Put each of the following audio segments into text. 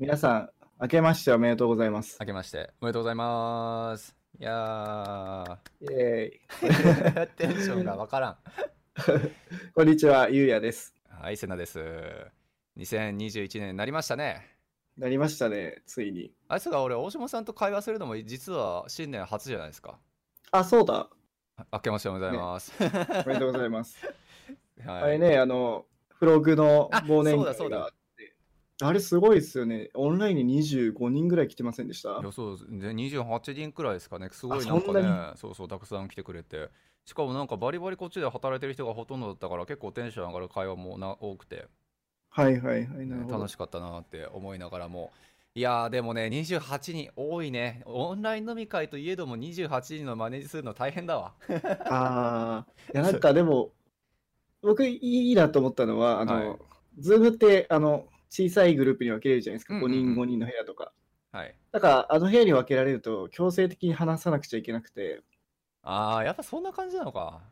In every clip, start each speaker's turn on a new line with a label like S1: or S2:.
S1: 皆さん、明けましておめでとうございます。
S2: 明けましておめでとうございます。いや
S1: イェーイ。
S2: ー、 テンションがわからん。
S1: こんにちは、ゆうやです。
S2: はい、セナです。2021年になりましたね。
S1: なりましたね、ついに。
S2: あいつが俺、大島さんと会話するのも実は新年初じゃないですか。
S1: あ、そうだ。
S2: 明けましておめでとうございます。
S1: おめでとうございます。
S2: はい
S1: あれね、あの、フログの
S2: あ
S1: 忘年
S2: そうだそう
S1: 会
S2: だ
S1: があって。あれすごいですよね。オンラインに25人ぐらい来てませんでした
S2: いやそうですで28人くらいですかね、すごい
S1: あ
S2: なんか
S1: そん
S2: ね、
S1: な
S2: そうそう、たくさん来てくれて、しかもなんかバリバリこっちで働いてる人がほとんどだったから、結構テンション上がる会話もな多くて、
S1: はいはいはい。なる
S2: ね
S1: ほど
S2: 楽しかったなって思いながらも、いやー、でもね、28人、多いね、オンライン飲み会といえども、28人のマネージするの大変だわ。
S1: ああ。いや、なんかでも、僕いいなと思ったのは、あ
S2: はい
S1: の、ズームって、あの、小さいグループに分けれるじゃないですか。
S2: うん
S1: 5
S2: うんうん
S1: 人5人の部屋とか。
S2: はい、
S1: だから、あの部屋に分けられると、強制的に話さなくちゃいけなくて、
S2: あー、やっぱそんな感じなのか。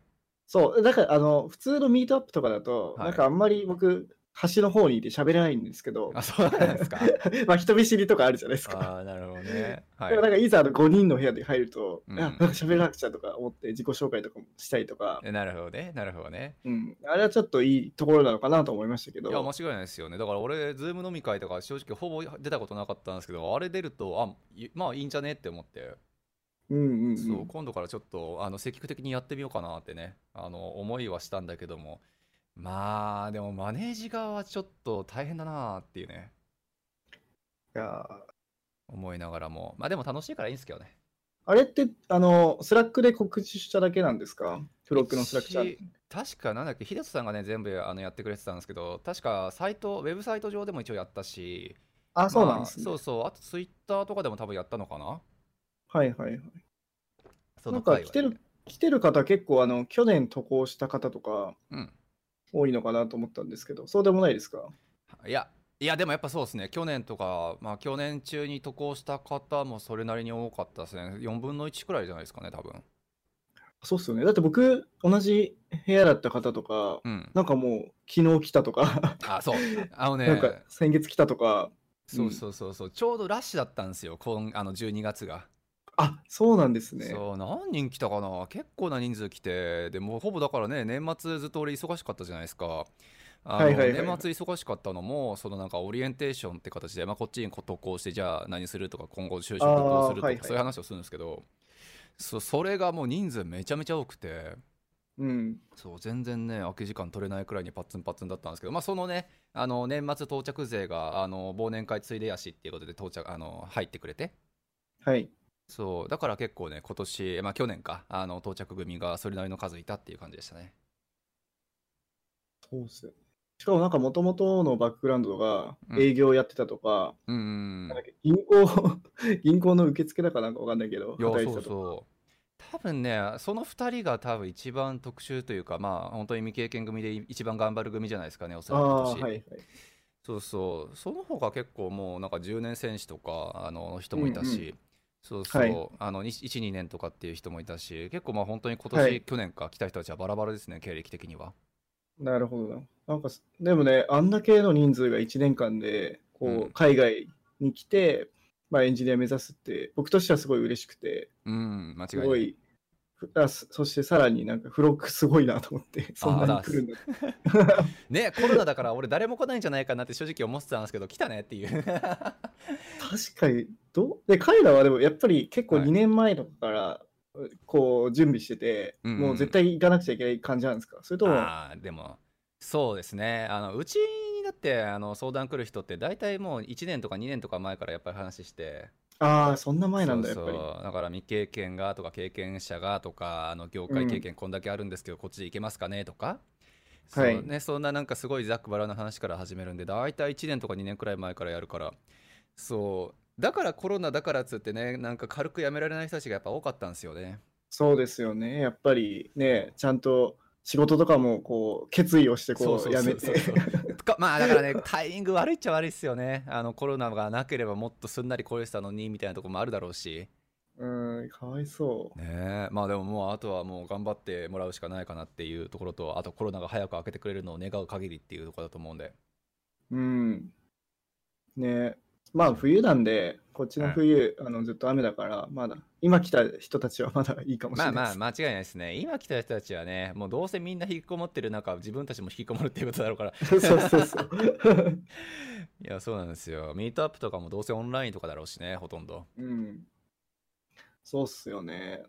S1: そう、だから、あの、普通のミートアップとかだと、
S2: はい
S1: なんかあんまり僕、端の方にいて喋れないんですけど、
S2: あ、そうなんですか。
S1: まあ、人見知りとかあるじゃないです
S2: あ
S1: か。
S2: ー、なるほどね。は
S1: でもなん
S2: い
S1: か、いざあの5人の部屋で入ると、
S2: うん
S1: あなんか喋らなくちゃとか思って、自己紹介とかもしたりとか、
S2: えなるほどね、なるほどね。
S1: うん、あれはちょっといいところなのかなと思いましたけど、
S2: いや、間違いないですよね。だから俺、ズーム飲み会とか正直ほぼ出たことなかったんですけど、あれ出ると、あ、いまあいいんじゃねって思って、
S1: うんうんうん、
S2: そう、今度からちょっと、あの、積極的にやってみようかなってね、あの、思いはしたんだけども、まあ、でもマネージ側はちょっと大変だなっていうね、
S1: いやー
S2: 思いながらも、まあでも楽しいからいいんですけどね。
S1: あれって、あの、スラックで告知しただけなんですかフロックのスラックチャンネル
S2: 確かなんだっけ、秀人さんがね、全部あのやってくれてたんですけど、確かサイト、ウェブサイト上でも一応やったし、
S1: あ、そうなんです
S2: ま
S1: ね。
S2: あそうそう、あとツイッターとかでも多分やったのかな。
S1: はいはいはい。
S2: そ
S1: な
S2: の
S1: んか
S2: 界
S1: 来
S2: 隈
S1: て
S2: で
S1: る、来てる方結構、あの、去年渡航した方とか、
S2: うん。
S1: 多いのかなと思ったんですけど、そうでもないですか
S2: いや、いや、でもやっぱそうですね、去年とか、まあ、去年中に渡航した方もそれなりに多かったですね、4分の1くらいじゃないですかね、多分
S1: そうっすよね。だって僕、同じ部屋だった方とか、
S2: うん。
S1: なんかもう、昨日来たとか、
S2: あ、そう、あのね、
S1: なんか先月来たとか、
S2: そうそうそうそう、ちょうどラッシュだったんですよ、今あの12月が、
S1: あそうなんですね。
S2: そう、何人来たかな、結構な人数来て、でもうほぼだからね、年末ずっと俺、忙しかったじゃないですか。あの
S1: はいはいはいはい
S2: 年末忙しかったのも、そのなんかオリエンテーションって形で、まあ、こっちに渡航して、じゃあ何するとか、今後就職どうす
S1: あーは
S2: るとか、
S1: いはい
S2: そういう話をするんですけど、そそれがもう人数めちゃめちゃ多くて、
S1: うん。
S2: そう全然ね、空き時間取れないくらいにパッツンパッツンだったんですけど、まあ、そのね、あの年末到着税があの忘年会ついでやしっていうことで到着あの入ってくれて、
S1: はい。
S2: そうだから結構ね、今年まあ去年か、あの到着組がそれなりの数いたっていう感じでしたね。
S1: そうっすよね。しかもなんか元々のバックグラウンドが
S2: うん
S1: 営業やってたとか、
S2: うんうんうん
S1: なんだっけ銀行、 銀行の受付だかなんかわかんないけど、
S2: いや
S1: 働いて
S2: そう
S1: たとか。
S2: そう多分ねその2人が多分一番特殊というかまあ本当に未経験組で一番頑張る組じゃないですかねおそらく今
S1: ああ
S2: 年
S1: ー、はいはい。
S2: そうそうその方が結構もうなんか10年選手とかあの人もいたし、
S1: うんう
S2: そうそう、
S1: はい
S2: あの12年とかっていう人もいたし結構まあ本当に今年、
S1: はい
S2: 去年か来た人たちはバラバラですね経歴的には
S1: なるほどな。なんかす、でもね、あんだけの人数が1年間で、
S2: う
S1: こ
S2: ん
S1: う、海外に来て、まあ、エンジニア目指すって、僕としてはすごい嬉しくて、
S2: うん間違い
S1: す
S2: ない
S1: ごい、ふあそそしてさらになんか、フロックすごいなと思って、そんなに来るんだ。
S2: ねコロナだから俺誰も来ないんじゃないかなって正直思ってたんですけど来たねってい う
S1: 確かに、どうで、彼らはでも、やっぱり結構
S2: はい
S1: 2年前とかから、こう、準備してて、
S2: うんうん
S1: もう絶対行かなくちゃいけない感じなんですかそれとも、あ
S2: あーでもそうですねあのうちにだってあの相談来る人って大体もう1年とか2年とか前からやっぱり話して
S1: あー、そんな前なんだ、やっ
S2: そう
S1: ぱり。
S2: そうだから未経験がとか経験者がとかあの業
S1: う
S2: 界
S1: ん
S2: 経験こんだけあるんですけど、こっちで行けますかねとか、
S1: はい
S2: そうね、そんななんかすごいざっくばらんな話から始めるんで大体1年とか2年くらい前からやるからそうだからコロナだからっつってねなんか軽くやめられない人たちがやっぱ多かったんですよね。
S1: そうですよね。やっぱりね、ちゃんと仕事とかもこう決意をして
S2: そう
S1: こ
S2: そううそ
S1: や
S2: う
S1: め
S2: そう
S1: て。
S2: かまあだからねタイミング悪いっちゃ悪いっすよねあのコロナがなければもっとすんなり来れてたのにみたいなとこもあるだろうし
S1: うん、かわいそう。
S2: ねえまあでももうあとはもう頑張ってもらうしかないかなっていうところとあとコロナが早く明けてくれるのを願う限りっていうところだと思うんで
S1: うん。ねまあ冬なんで、こっちの冬、あのずっと雨だから、まだ、今来た人たちは まだいいかもし
S2: ま
S1: れ
S2: あ
S1: ないで。
S2: ますあ間違いないですね。今来た人たちはね、もうどうせみんな引きこもってる中、自分たちも引きこもるっていうことだろうから。
S1: そうそうそう。
S2: いや、そうなんですよ。ミートアップとかもどうせオンラインとかだろうしね、ほとんど。
S1: うん。そうっすよね。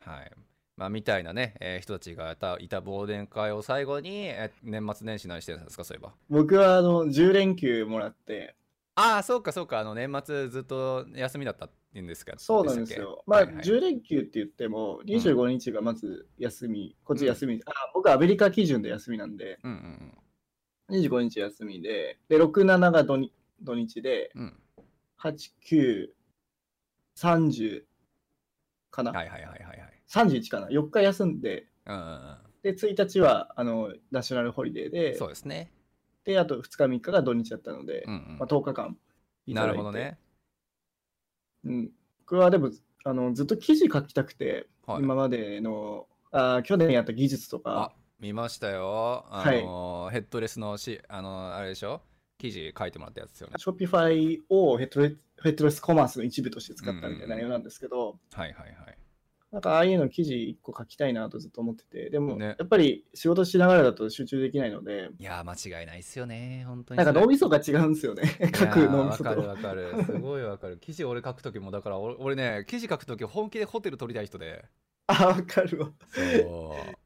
S2: はい。まあ、みたいなね、えー人たちがいたいた忘年会を最後に、えー年末年始何してるんですか、そういえば。
S1: 僕はあの10連休もらって、
S2: ああ、そうか、そうか、あの、年末ずっと休みだったって言うんですか
S1: そうなんですよ。まあ、10連休って言っても、25日がまず休み、こっち休み、あ僕はアメリカ基準で休みなんで、
S2: うんうん
S1: 25日休みで、で、6、7が土日土日で、
S2: うん。
S1: 8、9、30か
S2: う
S1: な、
S2: ん。はいはいはいはいはい。
S1: 31かな、4日休んで、
S2: うんうん
S1: で、1日はあのナショナルホリデー
S2: うん。
S1: で
S2: そう、ですね。
S1: で、あと2日、3日が土日だったので、
S2: うんうん
S1: まあ、10日間いた
S2: な
S1: だいて
S2: るほど。ね。
S1: うん、僕はでもあのずっと記事書きたくて、
S2: はい。
S1: 今までのあー去年やった技術と
S2: あ
S1: か、
S2: 見ましたよ。あのーヘッドレスのし、あのーあれでしょ記事書いてもらったやつですよね。
S1: Shopify をヘッドレヘッドレスコマースの一部として使ったみたいな内容なんですけど、
S2: はいはいはい。
S1: なんかああいうの記事1個書きたいなとずっと思ってて、でも、
S2: ね
S1: やっぱり仕事しながらだと集中できないので、
S2: いやー、間違いないっすよね。本当に
S1: な
S2: そ
S1: ん
S2: れ。
S1: か脳みそが違うんですよね、書く脳みそ
S2: いやー
S1: と。
S2: わかるわかる。すごいわかる。記事俺書くときも、だから俺俺ね、記事書くとき本気でホテル取りたい人で、
S1: あ、わかるわ。
S2: そう、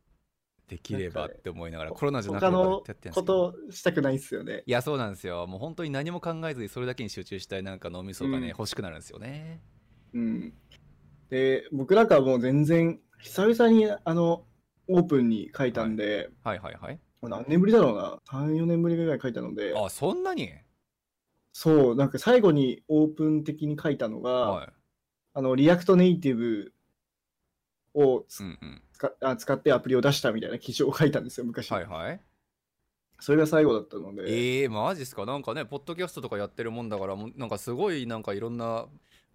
S2: できればって思いながら、コロナじゃなけ
S1: 他
S2: れば
S1: の
S2: 絶対やってんです
S1: こ
S2: けど。
S1: としたくないっすよね。
S2: いや、そうなんですよ。もう本当に何も考えずにそれだけに集中したいなんか脳みそがね、
S1: うん
S2: 欲しくなるんですよね。
S1: うん。で、僕なんかもう全然、久々にあの、オープンに書いたんで、
S2: はいはいはい。
S1: もう何年ぶりだろうな3、4年ぶりぐらいに書いたので、
S2: あ、そんなに
S1: そう、なんか最後にオープン的に書いたのが、
S2: は
S1: あの、リアクトネイティブを
S2: い。
S1: つ
S2: うんうん。
S1: かあ使ってアプリを出したみたいな記事を書いたんですよ、昔。
S2: はいはい。
S1: それが最後だったので、
S2: ええー、マジっすか。なんかね、ポッドキャストとかやってるもんだから、もうなんかすごいなんかいろんな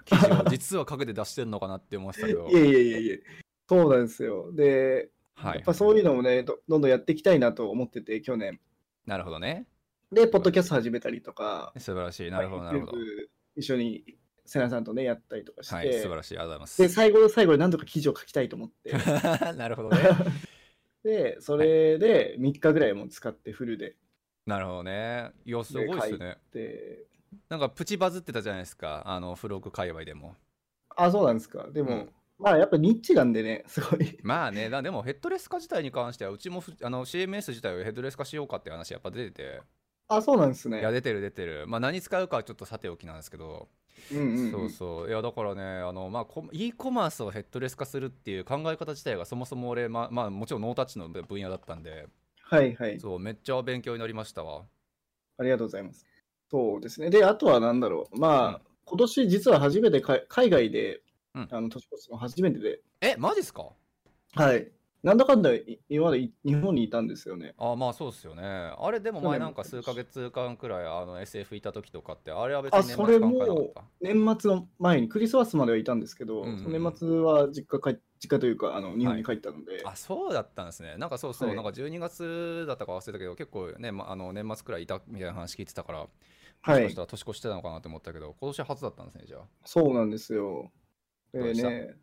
S2: 記事を実は陰で出してんのかなって思ってたけど。
S1: いえいえいえいえ、そうなんですよ。で、
S2: はい。
S1: やっぱそういうのもね、どどんどんやっていきたいなと思ってて、去年。
S2: なるほどね。
S1: で、ポッドキャスト始めたりとか、
S2: 素晴らしい。なるほど、なるほど。は
S1: YouTube 一緒にセナさんとね、やったりとかして、
S2: い、素晴らしい。ありがとうござい
S1: で、最後の最後に何とか記事を書きたいと思 って、
S2: ます。な るほどね。
S1: で、それで3日ぐらいもう使ってフルで。
S2: なるほどね。いや、すごいっすね。
S1: で、
S2: なんかプチバズってたじゃないですか。あの、付録界隈でも。
S1: あ、そうなんですか。でも、
S2: うん
S1: まあやっぱニッチなんでね、すごい。
S2: まあね、 だでもヘッドレス化自体に関しては、うちもふあの CMS 自体をヘッドレス化しようかって話やっぱ出てて、
S1: あ、そうなんです
S2: いや、
S1: ね。
S2: 出てる出てる。まあ何使うかはちょっとさておきなんですけど、
S1: うんうんうん、
S2: そうそう。いや、だからね、あの、まあ、コ e コマースをヘッドレス化するっていう考え方自体がそもそも俺、まあ、まあ、もちろんノータッチの分野だったんで、
S1: はいはい。
S2: そう、めっちゃ勉強になりましたわ。
S1: ありがとうございます。そうですね。で、あとは何だろう。まあ、今年実は初めてか海外で、
S2: うん
S1: あの年越しの初めてで、
S2: え、マジっすか
S1: はい。なんだかんだい今までい日本にいたんですよね。
S2: あまあそうっすよね。あれでも
S1: 去
S2: 前
S1: 年も
S2: なんか数ヶ月間くらいあの SF いた時とかって、あれは別
S1: あ
S2: に年
S1: そ
S2: 末
S1: れ
S2: 関係なか
S1: も
S2: った。
S1: 年末の前に、クリスマスまではいたんですけど、
S2: うんうんうん
S1: その年末は実家帰実家というか、あの日本に帰ったので、
S2: あそうだったんですね。なんかそうそう、
S1: はい
S2: なんか12月だったか忘れたけど、結構ね、ま、あの年末くらいいたみたいな話聞いてたから、
S1: は
S2: もしか
S1: い
S2: し。たら年越してたのかなと思ったけど、今年初だったんですね、じゃあ。
S1: そうなんですよ。で
S2: どうでした
S1: ね、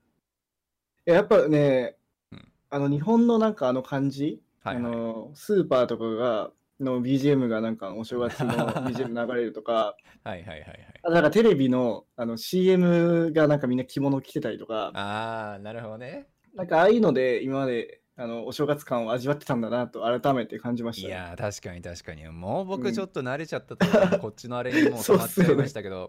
S1: いややっぱね、
S2: うん
S1: あの日本のなんかあの感じ、
S2: はい、はい
S1: あ。のスーパーとかがの BGM がなんかお正月の BGM 流れるとか、
S2: はいはいはいはい。
S1: あなんかテレビのあの CM がなんかみんな着物着てたりとか、
S2: ああ、なるほどね。
S1: なんかああいうので今まであのお正月感を味わってたんだなと改めて感じまし
S2: い
S1: たね。
S2: やー、確かに確かに。もう
S1: う
S2: 僕
S1: ん
S2: ちょっと慣れちゃったというか、こっちのあれにもう
S1: そうっ
S2: 収まっち
S1: す
S2: ゃ
S1: よね
S2: いました けど、も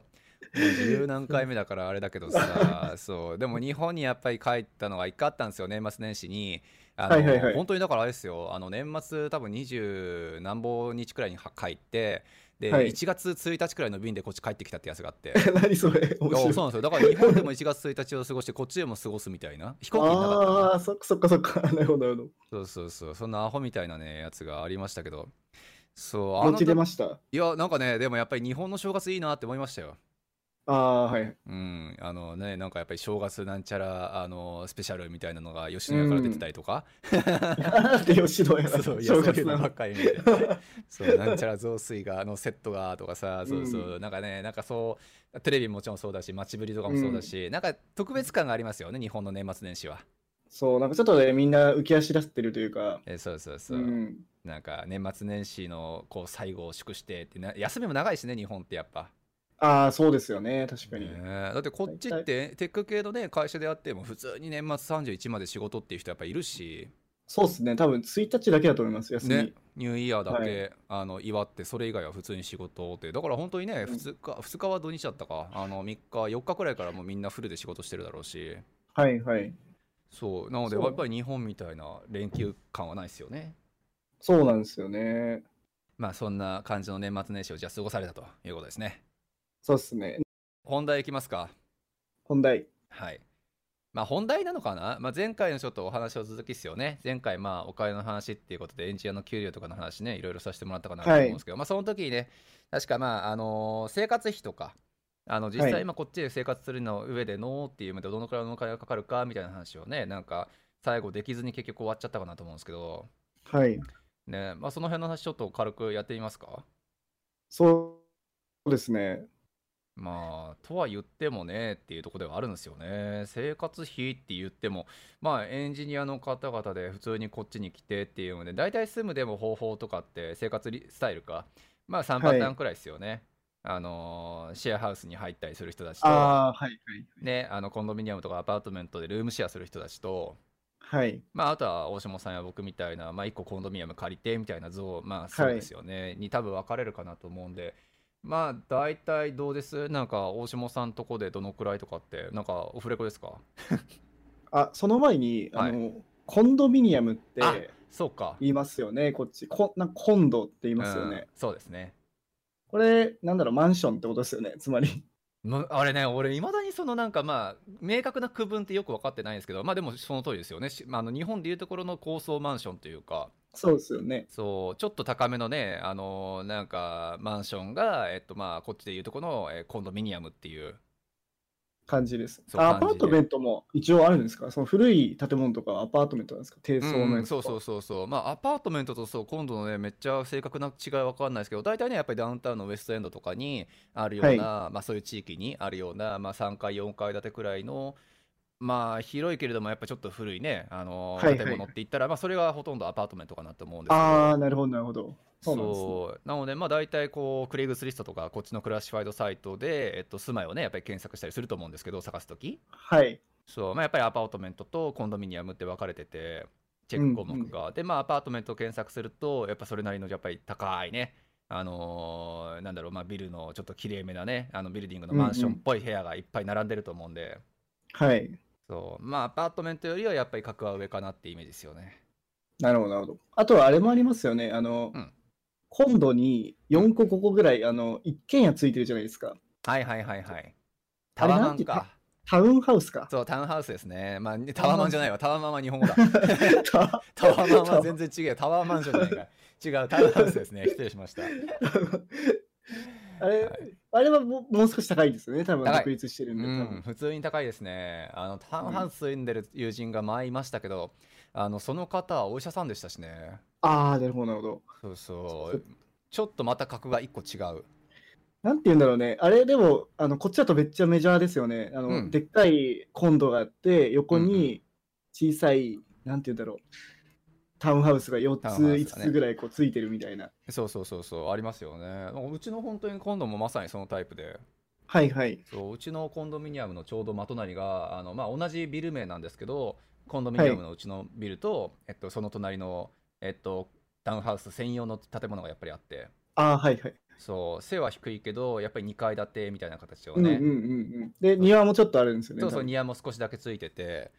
S2: う十何回目だからあれだけどさ、そう、でも日本にやっぱり帰ったのが一回あったんですよ、年末年始に。あの
S1: はいはいはい
S2: 本当にだからあれですよ、あの年末多分20何本日くらいには帰って、で、
S1: はい
S2: 1月1日くらいの便でこっち帰ってきたってやつがあって。
S1: 何それ 面
S2: い
S1: 白
S2: や
S1: い
S2: そうなんですよだから日本でも1月1日を過ごしてこっちでも過ごすみたいな飛行機になかったな
S1: ああー、そっかそっかそっ か。なるほど、なるほど。
S2: そうそうそうそんなアホみたいなねやつがありましたけどそうあ
S1: ど
S2: の
S1: っち出ました
S2: いや、なんかね、でもやっぱり日本の正月いいなって思いましたよ。
S1: ああ、はい。
S2: うん、あのね、なんかやっぱり正月なんちゃら、あの、スペシャルみたいなのが吉野家から出てたりとか、
S1: なんで吉野家な
S2: そう、
S1: の
S2: い
S1: 正
S2: やそうい
S1: 月
S2: う
S1: な
S2: の
S1: の
S2: ばっかり見てそう、 なんちゃら雑炊が、あのセットがとかさ、そうそうう、なんかね、なんかそう、テレビもちろんそうだし、街ぶりとかもそうだし、なんか特別感がありますよね、日本の年末年始は。
S1: そう、なんかちょっとね、みんな浮き足立ってるというか、
S2: えそうそうそうう、
S1: ん、
S2: なんか年末年始のこう最後を祝してってな、休みも長いしね、日本ってやっぱ。
S1: ああ、そうですよね、確かに。
S2: ねえだってこっちって、テック系のね、会社であっても、普通に年末31まで仕事っていう人やっぱいるし、
S1: そうですね、多分1日だけだと思います、休み。
S2: ね、ニューイヤーだけ、
S1: は
S2: あの祝って、それ以外は普通に仕事って、だから本当にね、
S1: うん
S2: 2日2日は土日だったか、あの3日、4日くらいからもうみんなフルで仕事してるだろうし、
S1: はいはい。
S2: そう、なので、
S1: そう
S2: やっぱり日本みたいな連休感はないですよね。
S1: そうなんですよね。
S2: まあ、そんな感じの年末年始をじゃあ過ごされたということですね。
S1: そうですね。
S2: 本題いきますか。
S1: 本題。
S2: はい。まあ、本題なのかな、まあ、前回のちょっとお話を続きですよね。前回、まあ、お金の話っていうことで、エンジニアの給料とかの話ね、いろいろさせてもらったかなと
S1: はい
S2: 思うんですけど、まあ、その時にね、確か、まあ、あのー生活費とか、あの、実
S1: は
S2: 際
S1: い
S2: 今こっちで生活するの上でのっていうまでどのくらいのお金がかかるかみたいな話をね、なんか、最後できずに結局終わっちゃったかなと思うんですけど、
S1: はい。
S2: ね、まあ、その辺の話ちょっと軽くやってみますか。
S1: そうですね。
S2: まあ、とは言ってもねっていうところではあるんですよね。生活費って言っても、まあ、エンジニアの方々で普通にこっちに来てっていうので、大体住むでも方法とかって生活リスタイルか、まあ3パターンくらいですよね。あのーシェアハウスに入ったりする人たちと、
S1: ああ、はい
S2: ね、あのコンドミニアムとかアパートメントでルームシェアする人たちと、
S1: はい。はい。
S2: まあ、あとは大下さんや僕みたいな、まあ、1個コンドミニアム借りてみたいな像、まあ、そうですよね、に多分分かれるかなと思うんで、まあ、大体どうですなんか、大下さんとこでどのくらいとかって、なんか、オフレコですか
S1: あ、その前に、
S2: はい
S1: あの、コンドミニアムって
S2: あそうか。
S1: 言いますよね、こっち。こなんかコンドって言いますよね。
S2: うんそうですね。
S1: これ、なんだろう、マンションってことですよね、 つまり。
S2: むあれね、俺、いまだにそのなんかまあ、明確な区分ってよく分かってないんですけど、まあでもその通りですよね。しまあ、あの日本でいうところの高層マンションというか、
S1: そうですよね。
S2: そう、ちょっと高めのね、あのなんか、マンションが、えっとまあ、こっちでいうとこの、えーコンドミニアムっていう、
S1: 感じです。
S2: そう
S1: あア
S2: 感
S1: パ
S2: じで
S1: ートメントも一応あるんですかその古い建物とかはアパートメントなんですか低層
S2: うん
S1: の
S2: う
S1: や
S2: ん、
S1: つ
S2: そう
S1: とか
S2: そうそうそうまあアパートメントとそう今度のねめっちゃ正確な違いわかんないですけど大体ねやっぱりダウンタウンのウエストエンドとかにあるような、まあそういう地域にあるような、まあ、3階4階建てくらいのまあ広いけれどもやっぱちょっと古いねあの、
S1: はいはい
S2: 建物って言ったらまあそれがほとんどアパートメントかなと思うんですけど
S1: ああ、なるほど、なるほど。そうなんです、ね。
S2: そうなので、まあ、大体こう、クレイグスリストとか、こっちのクラシファイドサイトで、えっと、住まいをね、やっぱり検索したりすると思うんですけど、探すとき。
S1: はい。
S2: そう、まあ、やっぱりアパートメントとコンドミニアムって分かれてて、チェック項目が。で、まあ、アパートメントを検索すると、やっぱそれなりの、やっぱり高いね、あのーなんだろう、まあ、ビルのちょっときれいめなね、あのビルディングのマンションっぽい部屋がいっぱい並んでると思うんで、
S1: はい。
S2: そう、まあ、アパートメントよりはやっぱり格は上かなってイメージですよね。
S1: なるほど、なるほど。あとはあれもありますよね。あの、
S2: うん
S1: 今度に4個5個ぐらい、あの、一軒家ついてるじゃないですか。
S2: はいはいはいはい。タ
S1: あれ
S2: ワ
S1: な
S2: マ
S1: ん
S2: ン
S1: て
S2: か。
S1: タウンハウスか。
S2: そう、タウンハウスですね。まあ、タワマンじゃないわ。タワマンは日本語だ。
S1: タ
S2: タワマン は全然違う。タワーマンションじゃないから。違う、タウンハウスですね。失礼しました。
S1: あれ、
S2: は
S1: あれはもうもう少し高いですよね。多分
S2: 高い
S1: 独立してるんで、多
S2: うん、
S1: 分。
S2: 普通に高いですね。あのタウンハウス住んでる友人が前いましたけど、あのその方はお医者さんでしたしね。
S1: ああ、なるほど、なるほど。
S2: そうそ
S1: そうう。
S2: ちょっとまた格が一個違う。
S1: なんて言うんだろうね。あれでも、あの、こっちだとめっちゃメジャーですよね。あの、
S2: うん
S1: でっかいコンドがあって、横
S2: うんう
S1: に小さい、なんて言うんだろう。タウンハウスが4
S2: タウ
S1: つ、
S2: ンハウスだ
S1: 5
S2: ね
S1: つぐらいこうついてるみたいな。
S2: そうそうそうそうありますよね。なんかうちの本当に今度もまさにそのタイプで、
S1: はいはい。
S2: そううちのコンドミニアムのちょうど真隣があのまあ同じビル名なんですけど、コンドミニアムのうちのビルと、えっとその隣のえっとタウンハウス専用の建物がやっぱりあって。
S1: ああ、はいはい。
S2: そう背は低いけどやっぱり2階建てみたいな形を
S1: うんうん
S2: ね、
S1: うんうん。で、庭もちょっとあるんですよね。
S2: そうそう
S1: 多分
S2: 庭も少しだけついてて、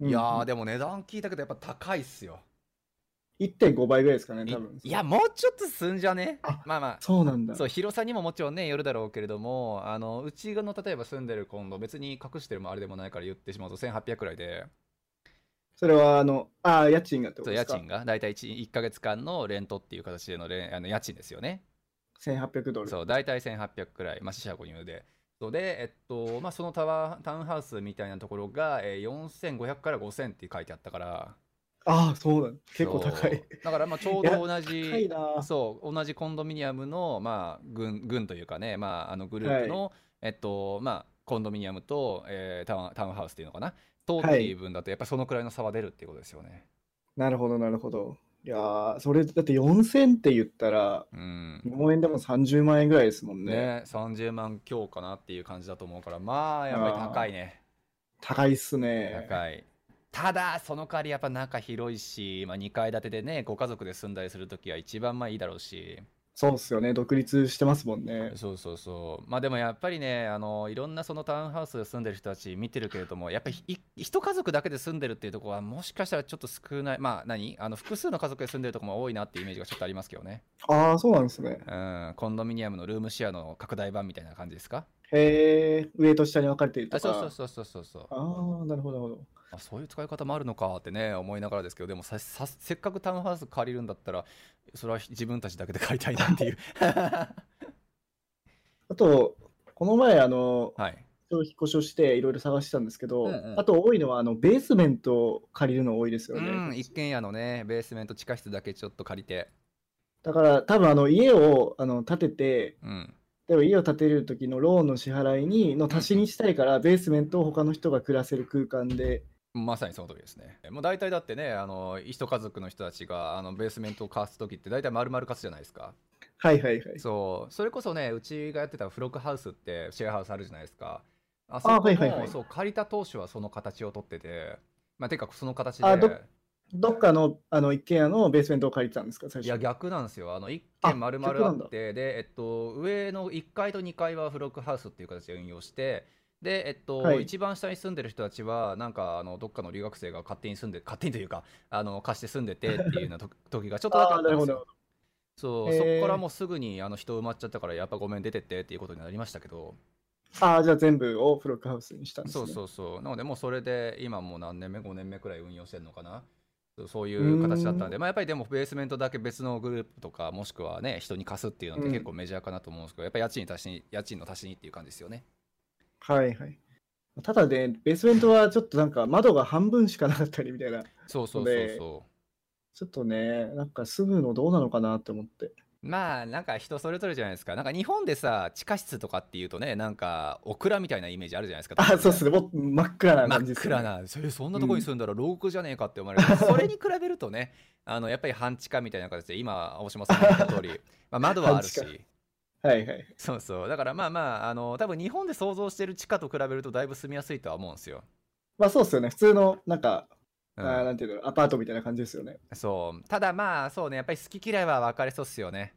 S1: うん
S2: いやーでも値段聞いたけどやっぱ高いっすよ
S1: 1.5倍ぐらいですかね、
S2: い
S1: 多分。
S2: いや、もうちょっとすんじゃね
S1: あ
S2: まあま
S1: そうなん
S2: あ
S1: だ。
S2: そう広さにももちろんねよるだろうけれどもあのうちの例えば住んでる今度別に隠してるもあれでもないから言ってしまうと1800くらいで
S1: それは、あの、ああ、家賃がってこと
S2: そう
S1: で
S2: 家
S1: すか。
S2: 賃が大体 1, 1ヶ月間のレントっていう形でのレンあの家賃ですよね
S1: 賃が。1800ドル。
S2: そう大体1800くらいまあ四捨五入でそうで、えっとまあ、そのタワータウンハウスみたいなところが、えー4500から5000って書いてあったから
S1: ああ、そうだ、結構高
S2: そう
S1: い。
S2: だからまあちょ
S1: い
S2: う
S1: や
S2: ど同じ
S1: 高いなぁ。
S2: そう同じコンドミニアムの、まあ、軍軍というかね、まあ、あのグループの、えっとまあ、コンドミニアムと、えータウンタウンハウスっていうのかなとっていう分だとやっぱそのくらいの差は出るっていうことですよね。
S1: なるほど、なるほど。いやー、それだって4000って言ったら、
S2: うん
S1: 日本円でも30万円ぐらいですもんね。
S2: ね、30万強かなっていう感じだと思うからまあやっぱり高いね
S1: 高いっすね。
S2: 高いただその代わりやっぱ中広いし、まあ、2階建てでねご家族で住んだりするときは一番まあいいだろうし
S1: そうっすよね。独立してますもんね。
S2: そうそうそうまあでもやっぱりねあのいろんなそのタウンハウスで住んでる人たち見てるけれどもやっぱりい一家族だけで住んでるっていうところはもしかしたらちょっと少ないまあ何あの複数の家族で住んでるところも多いなっていうイメージがちょっとありますけどね
S1: ああ、そうなんですね。
S2: うんコンドミニアムのルームシェアの拡大版みたいな感じですか
S1: へえ、上と下に分かれてると
S2: あそうそ
S1: か
S2: う。そうそうそうそう
S1: ああ、なるほど、なるほど。
S2: あそういう使い方もあるのかってね思いながらですけどでもささせっかくタウンハウス借りるんだったらそれは自分たちだけで借りたいなっ ていう
S1: あと、この前、あの、
S2: はい
S1: 引っ越しをしていろいろ探してたんですけど、
S2: うんうん
S1: あと多いのは、あの、ベースメントを借りるの多いですよ
S2: う
S1: ね。
S2: ん一軒家のねベースメント地下室だけちょっと借りて
S1: だから、多分、あの、家を、あの、建てて、
S2: うん
S1: 例えば家を建てる時のローンの支払いにの足しにしたいから、ベースメントを他の人が暮らせる空間で、
S2: まさにその通りですねもう大体だってねあの一家族の人たちがあのベースメントを貸す時って大体丸々貸すじゃないですか
S1: はいはいはい。
S2: そうそれこそねうちがやってたフロックハウスってシェアハウスあるじゃないですかあそ
S1: あ
S2: こも
S1: はいはいはい
S2: そう借りた当初はその形をとっててまあてかその形
S1: あど
S2: で
S1: どっかのあの一軒家のベースメントを借りてたんですか、最
S2: い
S1: 初。
S2: や逆なんですよあの1
S1: あ
S2: 軒丸
S1: 逆
S2: 々あ
S1: なんだ
S2: ってで、えっと、上の1階と2階はフロックハウスっていう形で運用してで、えっと
S1: はい
S2: 一番下に住んでる人たちはなんかあのどっかの留学生が勝手に住んで勝手にというかあの貸して住んでてっていうよう なと時がちょっとだけ
S1: あ
S2: あっ
S1: あ、
S2: た
S1: なんるほど。
S2: ですよそう
S1: へ
S2: そ
S1: ー
S2: こからもうすぐにあの人埋まっちゃったからやっぱごめん出てってっていうことになりましたけど
S1: ああ、じゃあ全部をフロックハウスにしたんです
S2: そ
S1: ね。
S2: う
S1: う
S2: そうそうなのでもうそれで今もう何年目5年目くらい運用してるのかなそうそういう形だったんで
S1: うー
S2: まあやっぱりでもベースメントだけ別のグループとかもしくはね人に貸すっていうのって
S1: うん
S2: 結構メジャーかなと思うんですけど、やっぱり家賃に足しに家賃の足しにっていう感じですよね
S1: はいはい。ただね、ベースメントはちょっとなんか窓が半分しかなかったりみたいな、
S2: そうそうそう
S1: で
S2: そ
S1: ちょっとね、なんか住むのどうなのかなって思って。
S2: うまあなんか人それぞれじゃないですかなんか日本でさ地下室とかっていうとねなんかオクラみたいなイメージあるじゃないですか
S1: あそうっすね、もっと真っ暗な感
S2: 真
S1: じ
S2: っ
S1: ですよ
S2: 暗
S1: ね。
S2: な、それそんなとこに住んだら牢獄じゃねえかって思われる、それに比べるとね、 あのやっぱり半地下みたいな形で、今、青島さんが言った 通り、まあ、窓はあるし
S1: 半、はいはい。
S2: そうそう、だからまあまあ、あの多分日本で想像してる地下と比べると、だいぶ住みやすいとは思うんですよ。
S1: まあそうっすよね、普通のなんか、
S2: う、
S1: あーなんんていうの、アパートみたいな感じですよね。
S2: そうただまあ、そうね、やっぱり好き嫌いは分かれそうっすよね。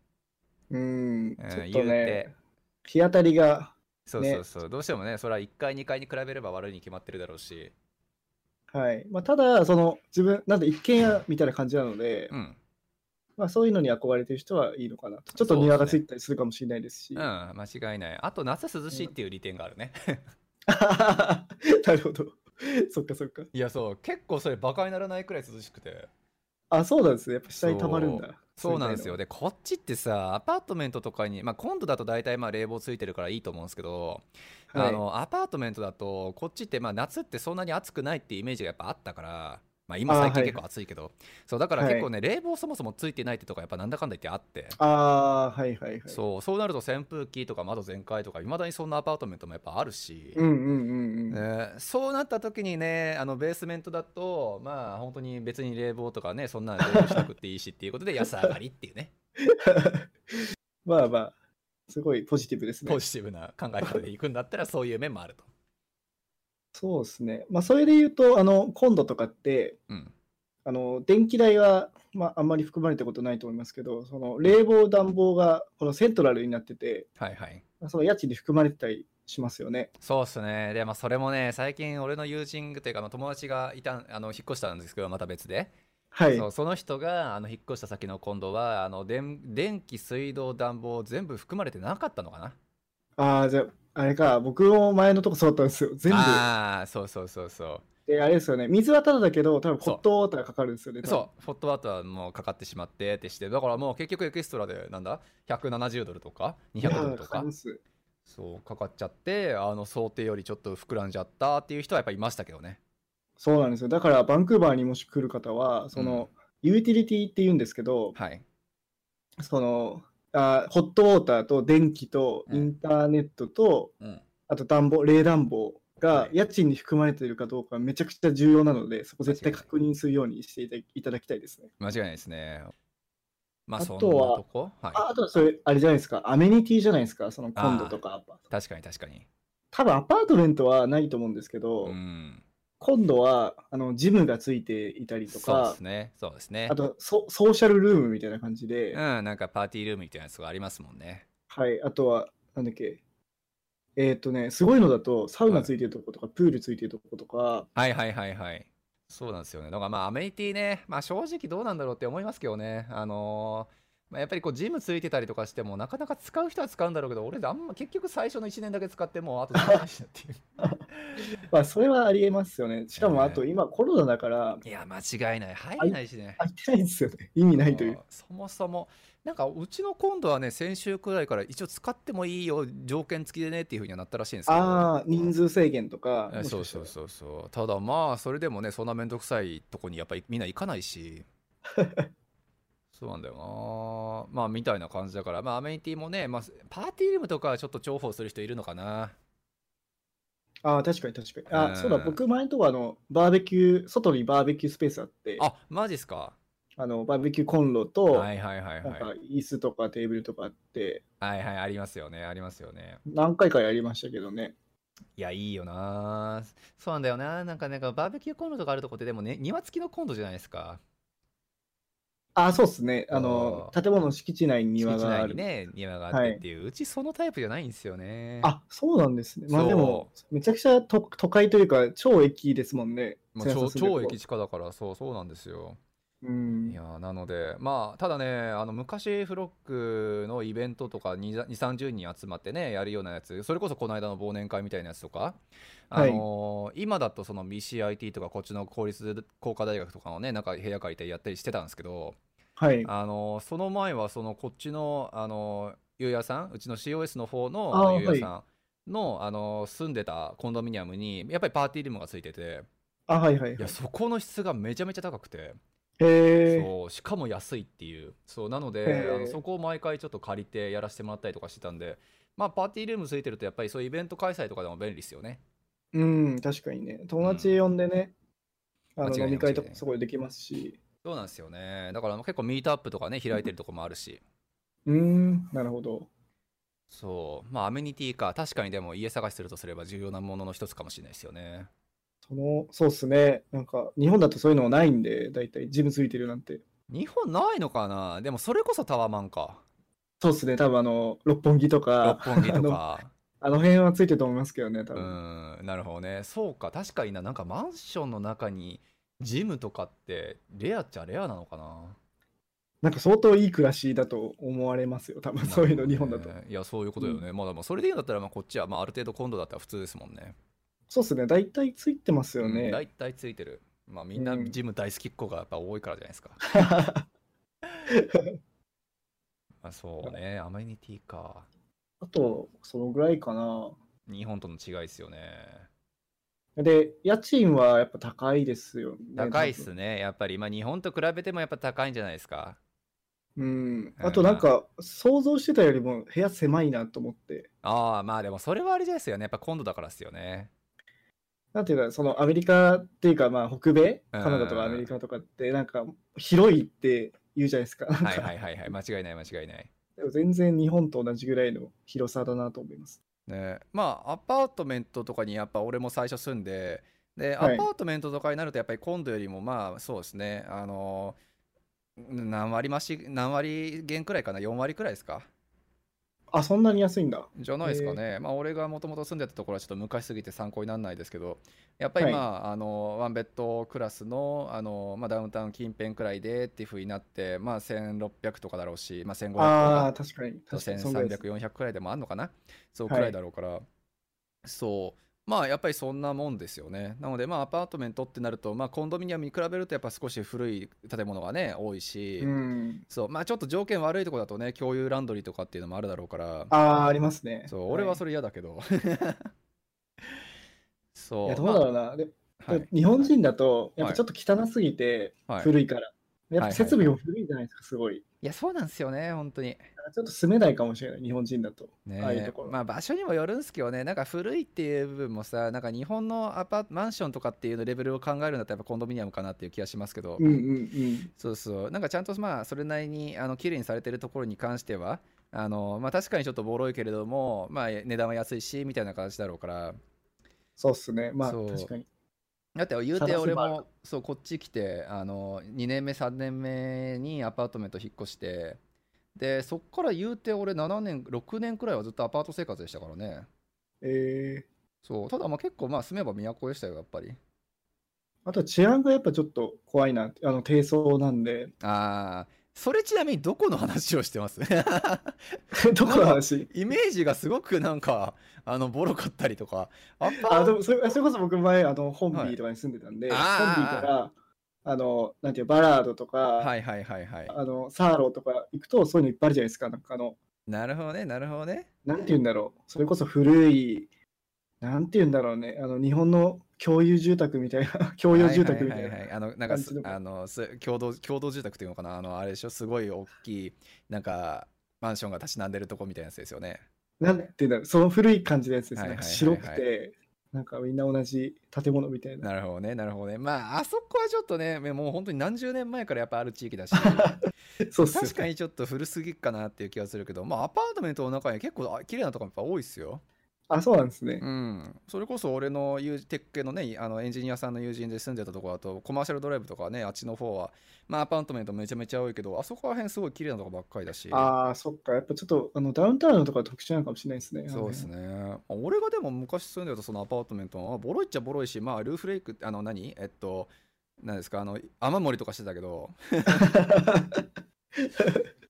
S1: うーん、
S2: うん
S1: ちょっ
S2: 言
S1: と
S2: うて
S1: ね、日当たりが、
S2: そう
S1: ね
S2: そうそう、どうしてもね、それは1階、2階に比べれば悪いに決まってるだろうし、
S1: はい。まあ、ただ、その、自分、なんで一軒家みたいな感じなので、
S2: うん、
S1: まあ、そういうのに憧れてる人はいいのかなと。ちょっ
S2: そ
S1: と
S2: うですね
S1: 庭がついたりするかもしれないですし。
S2: うん、
S1: な
S2: 間違いない。あと、夏涼しいっていう利点があるね。
S1: るほど。そっかそっか。
S2: いや、そう、結構それ、バカにならないくらい涼しくて。
S1: あ、そうなんですね。やっぱ下に溜まるんだ。
S2: そうなんですよ。
S1: ね。
S2: で、こっちってさ、アパートメントとかに、まあ、今度だと大体まあ冷房ついてるからいいと思うんですけど、
S1: はい、
S2: あの、アパートメントだと、こっちってまあ夏ってそんなに暑くないってイメージがやっぱあったから、まあ今
S1: あー
S2: 最近
S1: はい
S2: 結構暑いけど、そう、だから
S1: はい
S2: 結構ね、冷房そもそもついてないってとかやっぱなんだかんだ言ってあって、
S1: ああー、はいはいはい。
S2: そう、そうなると扇風機とか窓全開とか、いまだにそんなアパートメントもやっぱあるし、
S1: うんうんうんうん。
S2: ねそうなった時にねあのベースメントだとまあ本当に別に冷房とかねそんなの用意しなくていいしっていうことで安上がりっていうね
S1: まあまあ、すごいポジティブですね
S2: ポ。ジティブな考え方でいくんだ ったらそういう面もあると。
S1: そうですね。まあ、それで言うと、あの、今度とかって、
S2: うん、
S1: あの電気代は、まあ、あんまり含まれたことないと思いますけど、その冷房、暖房がこのセントラルになってて、
S2: はいはい。
S1: まあその家賃に含まれてたりしますよね。
S2: そうっすね。で、まあ、それもね、最近俺の友人というか、まあ、友達がいた、あの、引っ越したんですけど、また別で。
S1: はい。
S2: そうその人が、あの、引っ越した先の今度は、あの、電電気、水道、暖房、全部含まれてなかったのかな
S1: ああ、じゃあ、あれか、僕も前のとこそうだったんですよ。全部。
S2: ああ、そうそうそうそう。
S1: で、あれですよね。水はただだけど、多分
S2: そう
S1: ホットウォーターがかかるんですよね。
S2: そう、フォットワートはもうかかってしまってってして、だからもう結局エクストラで、なんだ、170ドルとか、
S1: 多分
S2: 200ド
S1: いや
S2: ル
S1: ーか
S2: と
S1: か
S2: か
S1: りま、す
S2: そうかかっちゃってあの想定よりちょっと膨らんじゃったっていう人はやっぱいましたけどね
S1: そうなんですよ。だから、バンクーバーにもし来る方は、その、ユーティリティって言うんですけど、
S2: はい
S1: その、あホットウォーターと電気と
S2: うん
S1: インターネットと、
S2: うん
S1: あと暖房、冷暖房
S2: は
S1: が
S2: い
S1: 家賃に含まれているかどうかめちゃくちゃ重要なので、そこ絶対
S2: 確
S1: 確認するようにしていたいただきたいですね。
S2: 間違いないですねまあ
S1: あ
S2: そ
S1: と
S2: ん
S1: は
S2: なとこはい
S1: ああと、それ、あれじゃないですか、アメニティじゃないですか、その
S2: あー
S1: コンドとかアパート。
S2: 確かに確かに
S1: 多分アパートメントはないと思うんですけど、
S2: うん
S1: コンドはあのジムがついていたりと
S2: そう
S1: か
S2: で、すねそうですね
S1: あとソソーシャルルームみたいな感じで、
S2: うんなんかパーティールームみたいなやつがありますもんね
S1: はい、あとは、なんだっけ、えーっ、とね、すごいのだと、サウナついてるとことか、プールついてるとことか、
S2: はいはいはいはい。そうなんですよね。だからまあアメニティね、まあ正直どうなんだろうって思いますけどね。あのーまあ、やっぱりこうジムついてたりとかしてもなかなか使う人は使うんだろうけど、俺あんま結局最初の1年だけ使ってもうあと使わないしなって い
S1: まあ、それはありえますよね。しか
S2: え
S1: も、
S2: え
S1: あと今、コロナだから、
S2: う。いや、間違いない。入れないしね。
S1: 空いてないんですよね。意味ないという
S2: も。うそもそも、なんかうちの今度はね、先週くらいから一応使ってもいいよ、条件付きでねっていうふうにはなったらしいんですけど。
S1: ああ、人数制限とか、
S2: え
S1: もし
S2: そう
S1: かした
S2: そ
S1: ら
S2: うそうそうただまあそれでもねそんな面倒くさいとこにやっぱりみんな行かない しそうなんだよなまあみたいな感じだからまあアメニティもね、まあ、パーティールームとかはちょっと重宝する人いるのかな
S1: ああ、確かに確かに。あ、
S2: うん
S1: そうだ、僕、前のとこあの、バーベキュー、外にバーベキュースペースあって、あ
S2: あマジっすか
S1: のバーベキューコンロと、
S2: はいはいはい
S1: なん
S2: はい
S1: か
S2: はい
S1: 椅子とかテーブルとかあって、
S2: はいありますよねありますよね
S1: 何回かやりましたけどね。
S2: いやいいよなそうなんだよななんかなんかバーベキューコンロとかあるとこってでもね庭付きのコンロじゃないですか
S1: あ、そうですね。あの、
S2: あー
S1: 建物の敷地内に庭
S2: 敷地
S1: がある。
S2: 内にね庭があってっていう、うちそのタイプじゃないんですよね
S1: あ、そうなんですね。ま
S2: そ
S1: あ
S2: う
S1: でも、めちゃくちゃ都都会というか、超駅ですもんね。
S2: もう超
S1: 千葉
S2: 超
S1: さん住んでる
S2: 駅地下だからそうそうなんですよ
S1: とこうん
S2: いやーなのでまあただねあの昔フロックのイベントとか2 3 0人集まってねやるようなやつそれこそこの間の忘年会みたいなやつとか、あ
S1: はい
S2: のー今だとその BCIT とかこっちの公立工科大学とかのねなんか部屋借りてやったりしてたんですけど、
S1: はい。
S2: あのーその前はそのこっちのあのーゆうやさんうちの COS の方の
S1: あー
S2: あのゆうやさんの、あのー住んでたコンドミニアムにやっぱりパーティールームがついてて
S1: あ、はいはい
S2: い
S1: は
S2: や
S1: い。
S2: そこの質がめちゃめちゃ高くて。
S1: へえ。
S2: そうしかも安いっていうそうなの
S1: へ
S2: で
S1: ー
S2: あのそこを毎回ちょっと借りてやらせてもらったりとかしてたんでまあパーティールームついてるとやっぱりそういうイベント開催とかでも便利ですよね
S1: うん、確かにね。友達呼んでね、あ
S2: 間違い
S1: の
S2: ない
S1: 飲み会と
S2: 間違いな
S1: か
S2: い
S1: すごいできますし。
S2: そうなんですよねだから結構ミートアップとかね開いてるとこもあるし
S1: うーん、なるほど。
S2: そうまあアメニティか確かにでも家探しするとすれば重要なものの一つかもしれないですよね
S1: その、そうっすね。なんか、日本だとそういうのもないんで、だいたいジムついてるなんて。
S2: 日本ないのかなでもそれこそタワマンか
S1: そうっすね。多分あの、六本木と
S2: 六
S1: か、
S2: 本木と
S1: あの
S2: か
S1: あの辺はついてると思いますけどね、多
S2: う
S1: 分。
S2: んなるほどねそうか確かにななんかマンションの中にジムとかってレアっちゃレアなのかな
S1: なんか相当いい暮らしだと思われますよ、多分 そういうの、日本だと
S2: な。るほどねいやそういうことだよね、まあでもそれでいいんだったらまあこっちは、まあ、ある程度今度だったら普通ですもんね
S1: そうっすね、大体ついてますよ
S2: うん
S1: ね。
S2: 大体、ついてるまあみんな
S1: うん
S2: ジム大好きっ子がやっぱ多いからじゃないですか、 まあ、そうねアメニティか
S1: あと、そのぐらいかな。
S2: 日本との違いですよね
S1: で、家賃はやっぱ高いですよね。
S2: 高いっ
S1: 多分
S2: すねやっぱりまあ日本と比べてもやっぱ高いんじゃないですか
S1: うん。あとなんか、想像してたよりも部屋狭いなと思って。
S2: ああまあでもそれはあれですよねやっぱ今度だからですよね
S1: なんていうか、そのアメリカっていうか、まあ北米、
S2: うん
S1: カナダとかアメリカとかって、なんか広いって言うじゃないですか。なんか
S2: はいはいはいはい 間違いない間違いない
S1: でも全然日本と同じぐらいの広さだなと思います。
S2: ね、まあアパートメントとかにやっぱ俺も最初住んでで、
S1: はい
S2: アパートメントとかになるとやっぱり今度よりもまあそうですねあの何割増し何割減くらいかな4割くらいですか
S1: あ、そんなに安いんだ。
S2: じゃないですかね、まあ俺がもともと住んでたところはちょっと昔すぎて参考にならないですけどやっぱり
S1: はい
S2: まあ,、あのワンベッドクラスのあの、まあ、ダウンタウン近辺くらいでっていうふうになってまあ1600とかだろうし、まあ、1500と
S1: あ
S2: か
S1: あ、確かに。確かに。そんぐらいです
S2: 1300、400くらいでもあるのかなそう
S1: は
S2: く
S1: い
S2: らいだろうから、そう、まあやっぱりそんなもんですよね。なのでまあアパートメントってなると、まあ、コンドミニアムに比べるとやっぱ少し古い建物がね多いし、
S1: うん。
S2: そうまあちょっと条件悪いとこだとね共有ランドリーとかっていうのもあるだろうから
S1: ああ、ありますね。
S2: そう俺はそ
S1: れ。
S2: れ嫌 だけど、そう
S1: いや、どうだろうな。で
S2: まあはい
S1: 日本人だと、やっぱちょっと汚すぎて、
S2: はい、い
S1: 古いから。やっぱ設備も古いじゃないですか、すごい。
S2: やそうなんですよね本当に
S1: だからちょっと住めないかもしれない、日本人だと。
S2: ね
S1: ああいうところ。
S2: まあ場所にもよるんですけどねなんか古いっていう部分もさなんか日本のアパマンションとかっていうのレベルを考えるんだったらやっぱコンドミニアムかなっていう気がしますけど、
S1: うんうんうん。
S2: そうそうなんかちゃんとまあそれなりにあの綺麗にされてるところに関してはあのまあ確かにちょっとボロいけれどもまあ値段は安いしみたいな形だろうから
S1: そうっすね。まあ、
S2: そう
S1: 確かに。
S2: だって言うて
S1: 探
S2: 俺
S1: せばある
S2: もそうこっち来てあの2年目3年目にアパートメント引っ越してでそっから言うて俺7年6年くらいはずっとアパート生活でしたからね
S1: え
S2: そうただまあ結構まあ住めば都でしたよやっぱり
S1: ー、あと治安がやっぱちょっと怖いな。あの、低層なんで。
S2: ああそれちなみにどこの話をしてます
S1: どこの話
S2: イメージがすごくなんかあのボロかったりとかアパ
S1: あ
S2: ー
S1: で
S2: ト
S1: もそれそれこそ僕前あのホンビーとかに住んでたんで、
S2: はい
S1: ホンビーからあのなんていうバラードとか、
S2: はいはいはいはい
S1: あのサーローとか行くとそういうのいっぱいあるじゃないですかなんかあの
S2: なるほどねなるほどね
S1: なんて言うんだろうそれこそ古いなんて言うんだろうねあの日本の共有住宅みたいな 共用住宅みたいな、
S2: はいはいはいはいあのなんかす
S1: 感じの
S2: あのす共同共同住宅っていうのかなあのあれでしょすごい大きいなんかマンションが立ち並んでるとこみたいなやつですよね
S1: なんて言うんだろうその古い感じのやつです、
S2: はい
S1: ね
S2: はいはいはい
S1: 白くてなんかみんな同じ建物みたいな
S2: なるほどねなるほどねまああそこはちょっとねもう本当に何十年前からやっぱある地域だし
S1: そうっすよ
S2: 確かにちょっと古すぎっかなっていう気がするけどまあアパートメントの中に結構あ綺麗なとこやっぱ多いっすよ
S1: あそうなんですね、
S2: うん、それこそ俺の友人テック系のねあのエンジニアさんの友人で住んでたとこだとコマーシャルドライブとかねあっちの方はまあアパートメントめちゃめちゃ多いけどあそこら辺すごい綺麗なとこばっかりだし
S1: ああそっかやっぱちょっとあのダウンタウンのとかは特殊なのかもしれないですね
S2: そうですね俺がでも昔住んでたそのアパートメントはボロいっちゃボロいしまあルーフレイクあの何えっと何ですかあの雨漏りとかしてたけど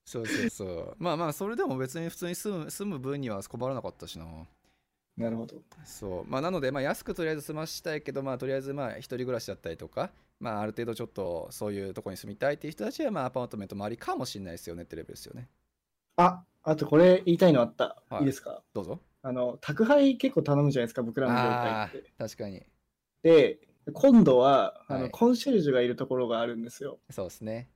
S2: そうそうそう まあまあそれでも別に普通に住む住む分には困らなかったしな
S1: なるほど
S2: そうまあ、なので、まあ、安くとりあえず済ましたいけど、まあ、とりあえずまあ一人暮らしだったりとか、まあ、ある程度ちょっとそういうとこに住みたいっていう人たちは、まあ、アパートメントもありかもしれないですよねってレベルですよね。
S1: あ、あとこれ言いたいのあった。
S2: はい
S1: い、いですか
S2: どうぞ。
S1: あの、宅配結構頼むじゃないですか、僕らの業
S2: あ
S1: 界
S2: あ
S1: っ
S2: ー、確かに。
S1: て。で、今度は、あ
S2: は
S1: の、
S2: い
S1: コンシェルジュがいるところがあるんですよ。
S2: そうですね。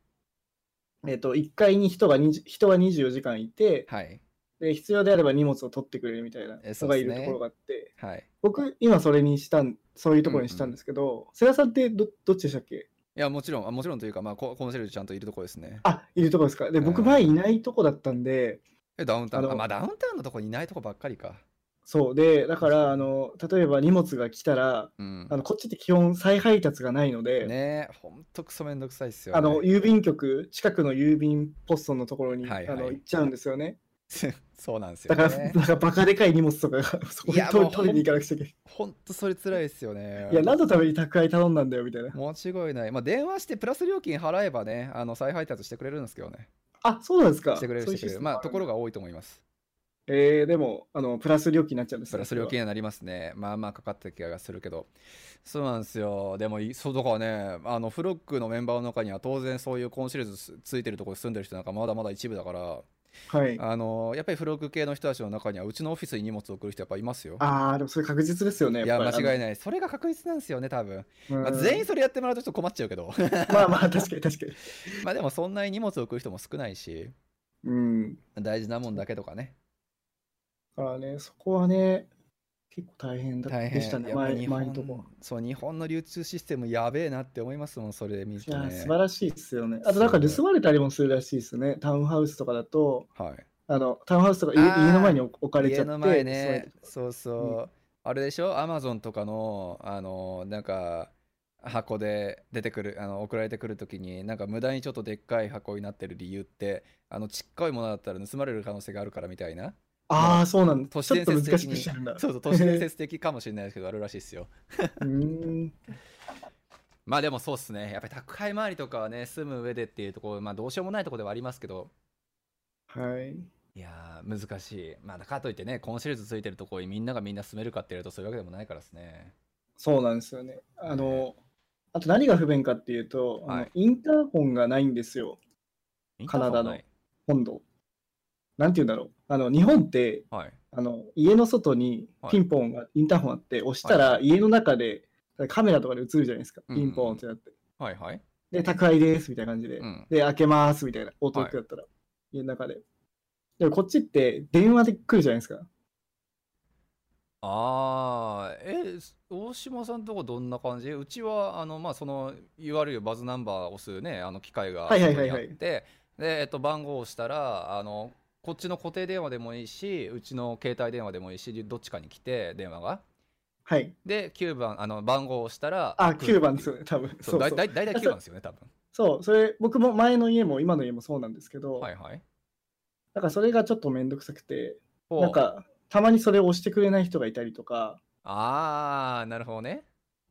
S1: えっ、と、1階に人が20人が24時間いて、
S2: はい。
S1: で、必要であれば荷物を取ってくれるみたいな
S2: えそ
S1: 人
S2: うで
S1: が
S2: す
S1: い
S2: ね
S1: るところがあって、
S2: はい。
S1: 僕、今それにしたん、そういうところにしたんですけど、世良さんってどどっちでしたっけ
S2: いや、もちろん、あもちろんというか、まあ、ココンシェルジュちゃんといるとこですね。
S1: あ、いるところですか。で、僕
S2: うん
S1: 前いないとこだったんで、
S2: え、ダウンタウ
S1: あ
S2: ン。
S1: の
S2: あまあ、ダウンタウンのとこにいないとこばっかりか。
S1: そう。で、だから、あの、例えば荷物が来たら、
S2: うん
S1: あ。の、こっちって基本再配達がないので、
S2: ねえ、ほんとクソめんどくさいっすよ、ね。
S1: あの、郵便局、近くの郵便ポストのところに、
S2: はい
S1: あの
S2: はい
S1: 行っちゃうんですよね。
S2: そうなんですよ、
S1: だ
S2: ね。
S1: から、なんかバカでかい荷物とかがそこ
S2: い
S1: に
S2: や
S1: 取
S2: もう
S1: り取りに行かなくちゃいけない。
S2: ほんとそれつらいっすよね。
S1: いや、何のために宅配頼んだんだよみたいな。
S2: 間違いない。まあ、電話してプラス料金払えばね、あの再配達してくれるんですけどね。
S1: あ、そうなんですか。
S2: してくれる、
S1: そういう
S2: してくれ
S1: システ
S2: る。
S1: ム
S2: まあ、
S1: がる
S2: ところが多いと思います。
S1: えー、でも、あの、プラス料金になっちゃうんです
S2: プラス料金になりますね。まあまあかかってた気がするけど。そうなんですよ。でもい、そうだからね、あの、フロックのメンバーの中には当然そういうコンシェルジュつついてるところに住んでる人なんかまだまだ一部だから、
S1: それははい。
S2: あの、やっぱりフロック系の人たちの中にはうちのオフィスに荷物を送る人やっぱいますよ。
S1: あー、でもそれ確実ですよね。
S2: いや、間違い
S1: い。
S2: ない。それが確実なんですよね、多分。ま
S1: ま
S2: あ、全員それやってもらうとちょっと困っちゃうけど。
S1: まあまあ、確かに確かに。
S2: まあでも、そんなに荷物を送る人も少ないし、
S1: うん。
S2: 大事なもんだけとかね。
S1: だからね、そこはね、結構大変だ
S2: 大変
S1: でしたね、
S2: やっぱ
S1: 前
S2: 日
S1: 前の
S2: 本
S1: とこ。
S2: そう日本の流通システムやべえなって思いますもんそれ見る
S1: い
S2: と
S1: や
S2: ね
S1: ー、素晴らしいですよね。あと、なんか
S2: そう
S1: 盗まれたりもするらしいですね。タウンハウスとかだと、
S2: はい
S1: あの、タウンハウスとか家
S2: あー
S1: 家の前に置置かれちゃ
S2: 家
S1: って、
S2: の前
S1: そうやっ
S2: ね
S1: て
S2: そうそう、あれでしょアマゾンとかのあのなんか箱で出てくるあの送られてくるときになんか無駄にちょっとでっかい箱になってる理由ってあのちっこいものだったら盗まれる可能性があるからみたい な
S1: ああ、そうなんだ。
S2: 都市
S1: ちょっ
S2: 伝
S1: と
S2: 説
S1: 難
S2: 的
S1: し
S2: に
S1: くしてるんだ。
S2: そうそう都市伝説的かもしれないですけどあるらしいですよ
S1: うーん。
S2: まあでもそうっすねやっぱり宅配周りとかはね住む上でっていうところまあどうしようもないところではありますけど
S1: はい。
S2: いやー難しい。まあ、だからといってね、コンシェルジュついてるところにみんながみんな住めるかっていうと、そういうわけでもないからですね。
S1: そうなんですよね。あの、あと何が不便かっていうと、あの
S2: はい
S1: インターホンがないんですよ、カナダの
S2: イン
S1: 今度。なんて言うんだろう。あの、日本って、
S2: ターホンない。はい。
S1: あの家の外に
S2: はい
S1: ピンポンが、インターホンあって、押したら家の中でカメラとかで映るじゃないですか。
S2: うん
S1: ピンポンってなって。
S2: はいはい。
S1: で、宅配ですみたいな感じで
S2: う。ん。
S1: で、開けますみたいな、音だったら、家の中で。でもこっちって電話で来るじゃないですか。
S2: ああ、え、す大島さんとこどんな感じうちは、あの、まあ、その、いわゆるバズナンバーを押すね、あの機械が
S1: はいはい
S2: そこ
S1: はい
S2: にあ
S1: は
S2: っ
S1: い
S2: て、で、えっと、番号を押したら、あの、こっちの固定電話でもいいし、うちの携帯電話でもいいし、どっちかに来て、電話が。
S1: はい。
S2: で、9番、あの、番号を押したら、
S1: あ、
S2: 来る
S1: 9番
S2: っ
S1: で
S2: て
S1: す
S2: いう
S1: よね、多分。
S2: そ、
S1: そうう
S2: だ
S1: そ
S2: いうだい大体9番ですよね、多分。
S1: そう、それ、僕も前の家も今の家もそうなんですけど、
S2: はいはい。
S1: だからそれがちょっとめんどくさくて、
S2: ほう
S1: なんか、たまにそれを押してくれない人がいたりとか、
S2: ああ、なるほどね。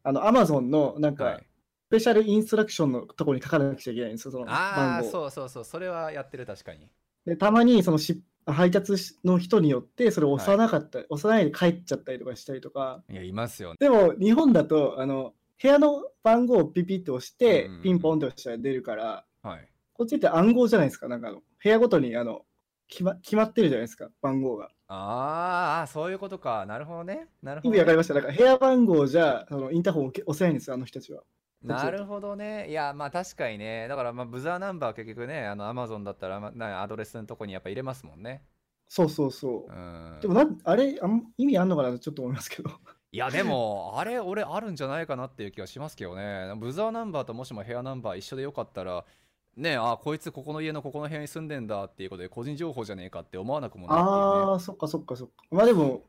S1: あの、アマゾンの、なんか、
S2: はい。
S1: スペシャルインストラクションのとこに書かなくちゃいけないんですよ、その
S2: あ
S1: 番
S2: あ、
S1: 号。
S2: そうそうそう、それはやってる、確かに。
S1: で、たまに、そのし、配達しの人によって、それを押さなかった、押さないで帰っちゃったりとかしたりとか、
S2: いや、いますよね。
S1: でも、日本だと、あの、部屋の番号をピピッと押して
S2: うんうんうん、
S1: ピンポンと押したら出るから、
S2: はい。
S1: こっちって暗号じゃないですか、なんかあの、部屋ごとに、あの、決ま決まってるじゃないですか、番号が。
S2: あーあー、そういうことか。なるほどね。なる
S1: 意
S2: ほ
S1: 味
S2: ど、
S1: わかり
S2: ね。
S1: ました。だから、部屋番号じゃ、そのインターホンを押せないんですよ、あの人たちは。ました
S2: なるほどね。いや、まあ確かにね。だから、まあ、ブザーナンバーは結局ね、あの、アマゾンだったら、まなアドレスのとこにやっぱ入れますもんね。
S1: そうそうそうう。
S2: ん。
S1: でもなん、あれ、あん意味あんのかなとちょっと思いますけ ど。
S2: いや、でも、 あれ、俺、あるんじゃないかなっていう気がしますけどね。ブザーナンバーともしも部屋ナンバー一緒でよかったら、ねあ、こいつここの家のここの部屋に住んでんだっていうことで、個人情報じゃねえかって思わなくもないっていうね。
S1: ああ、そっかそっかそっか。まあでも、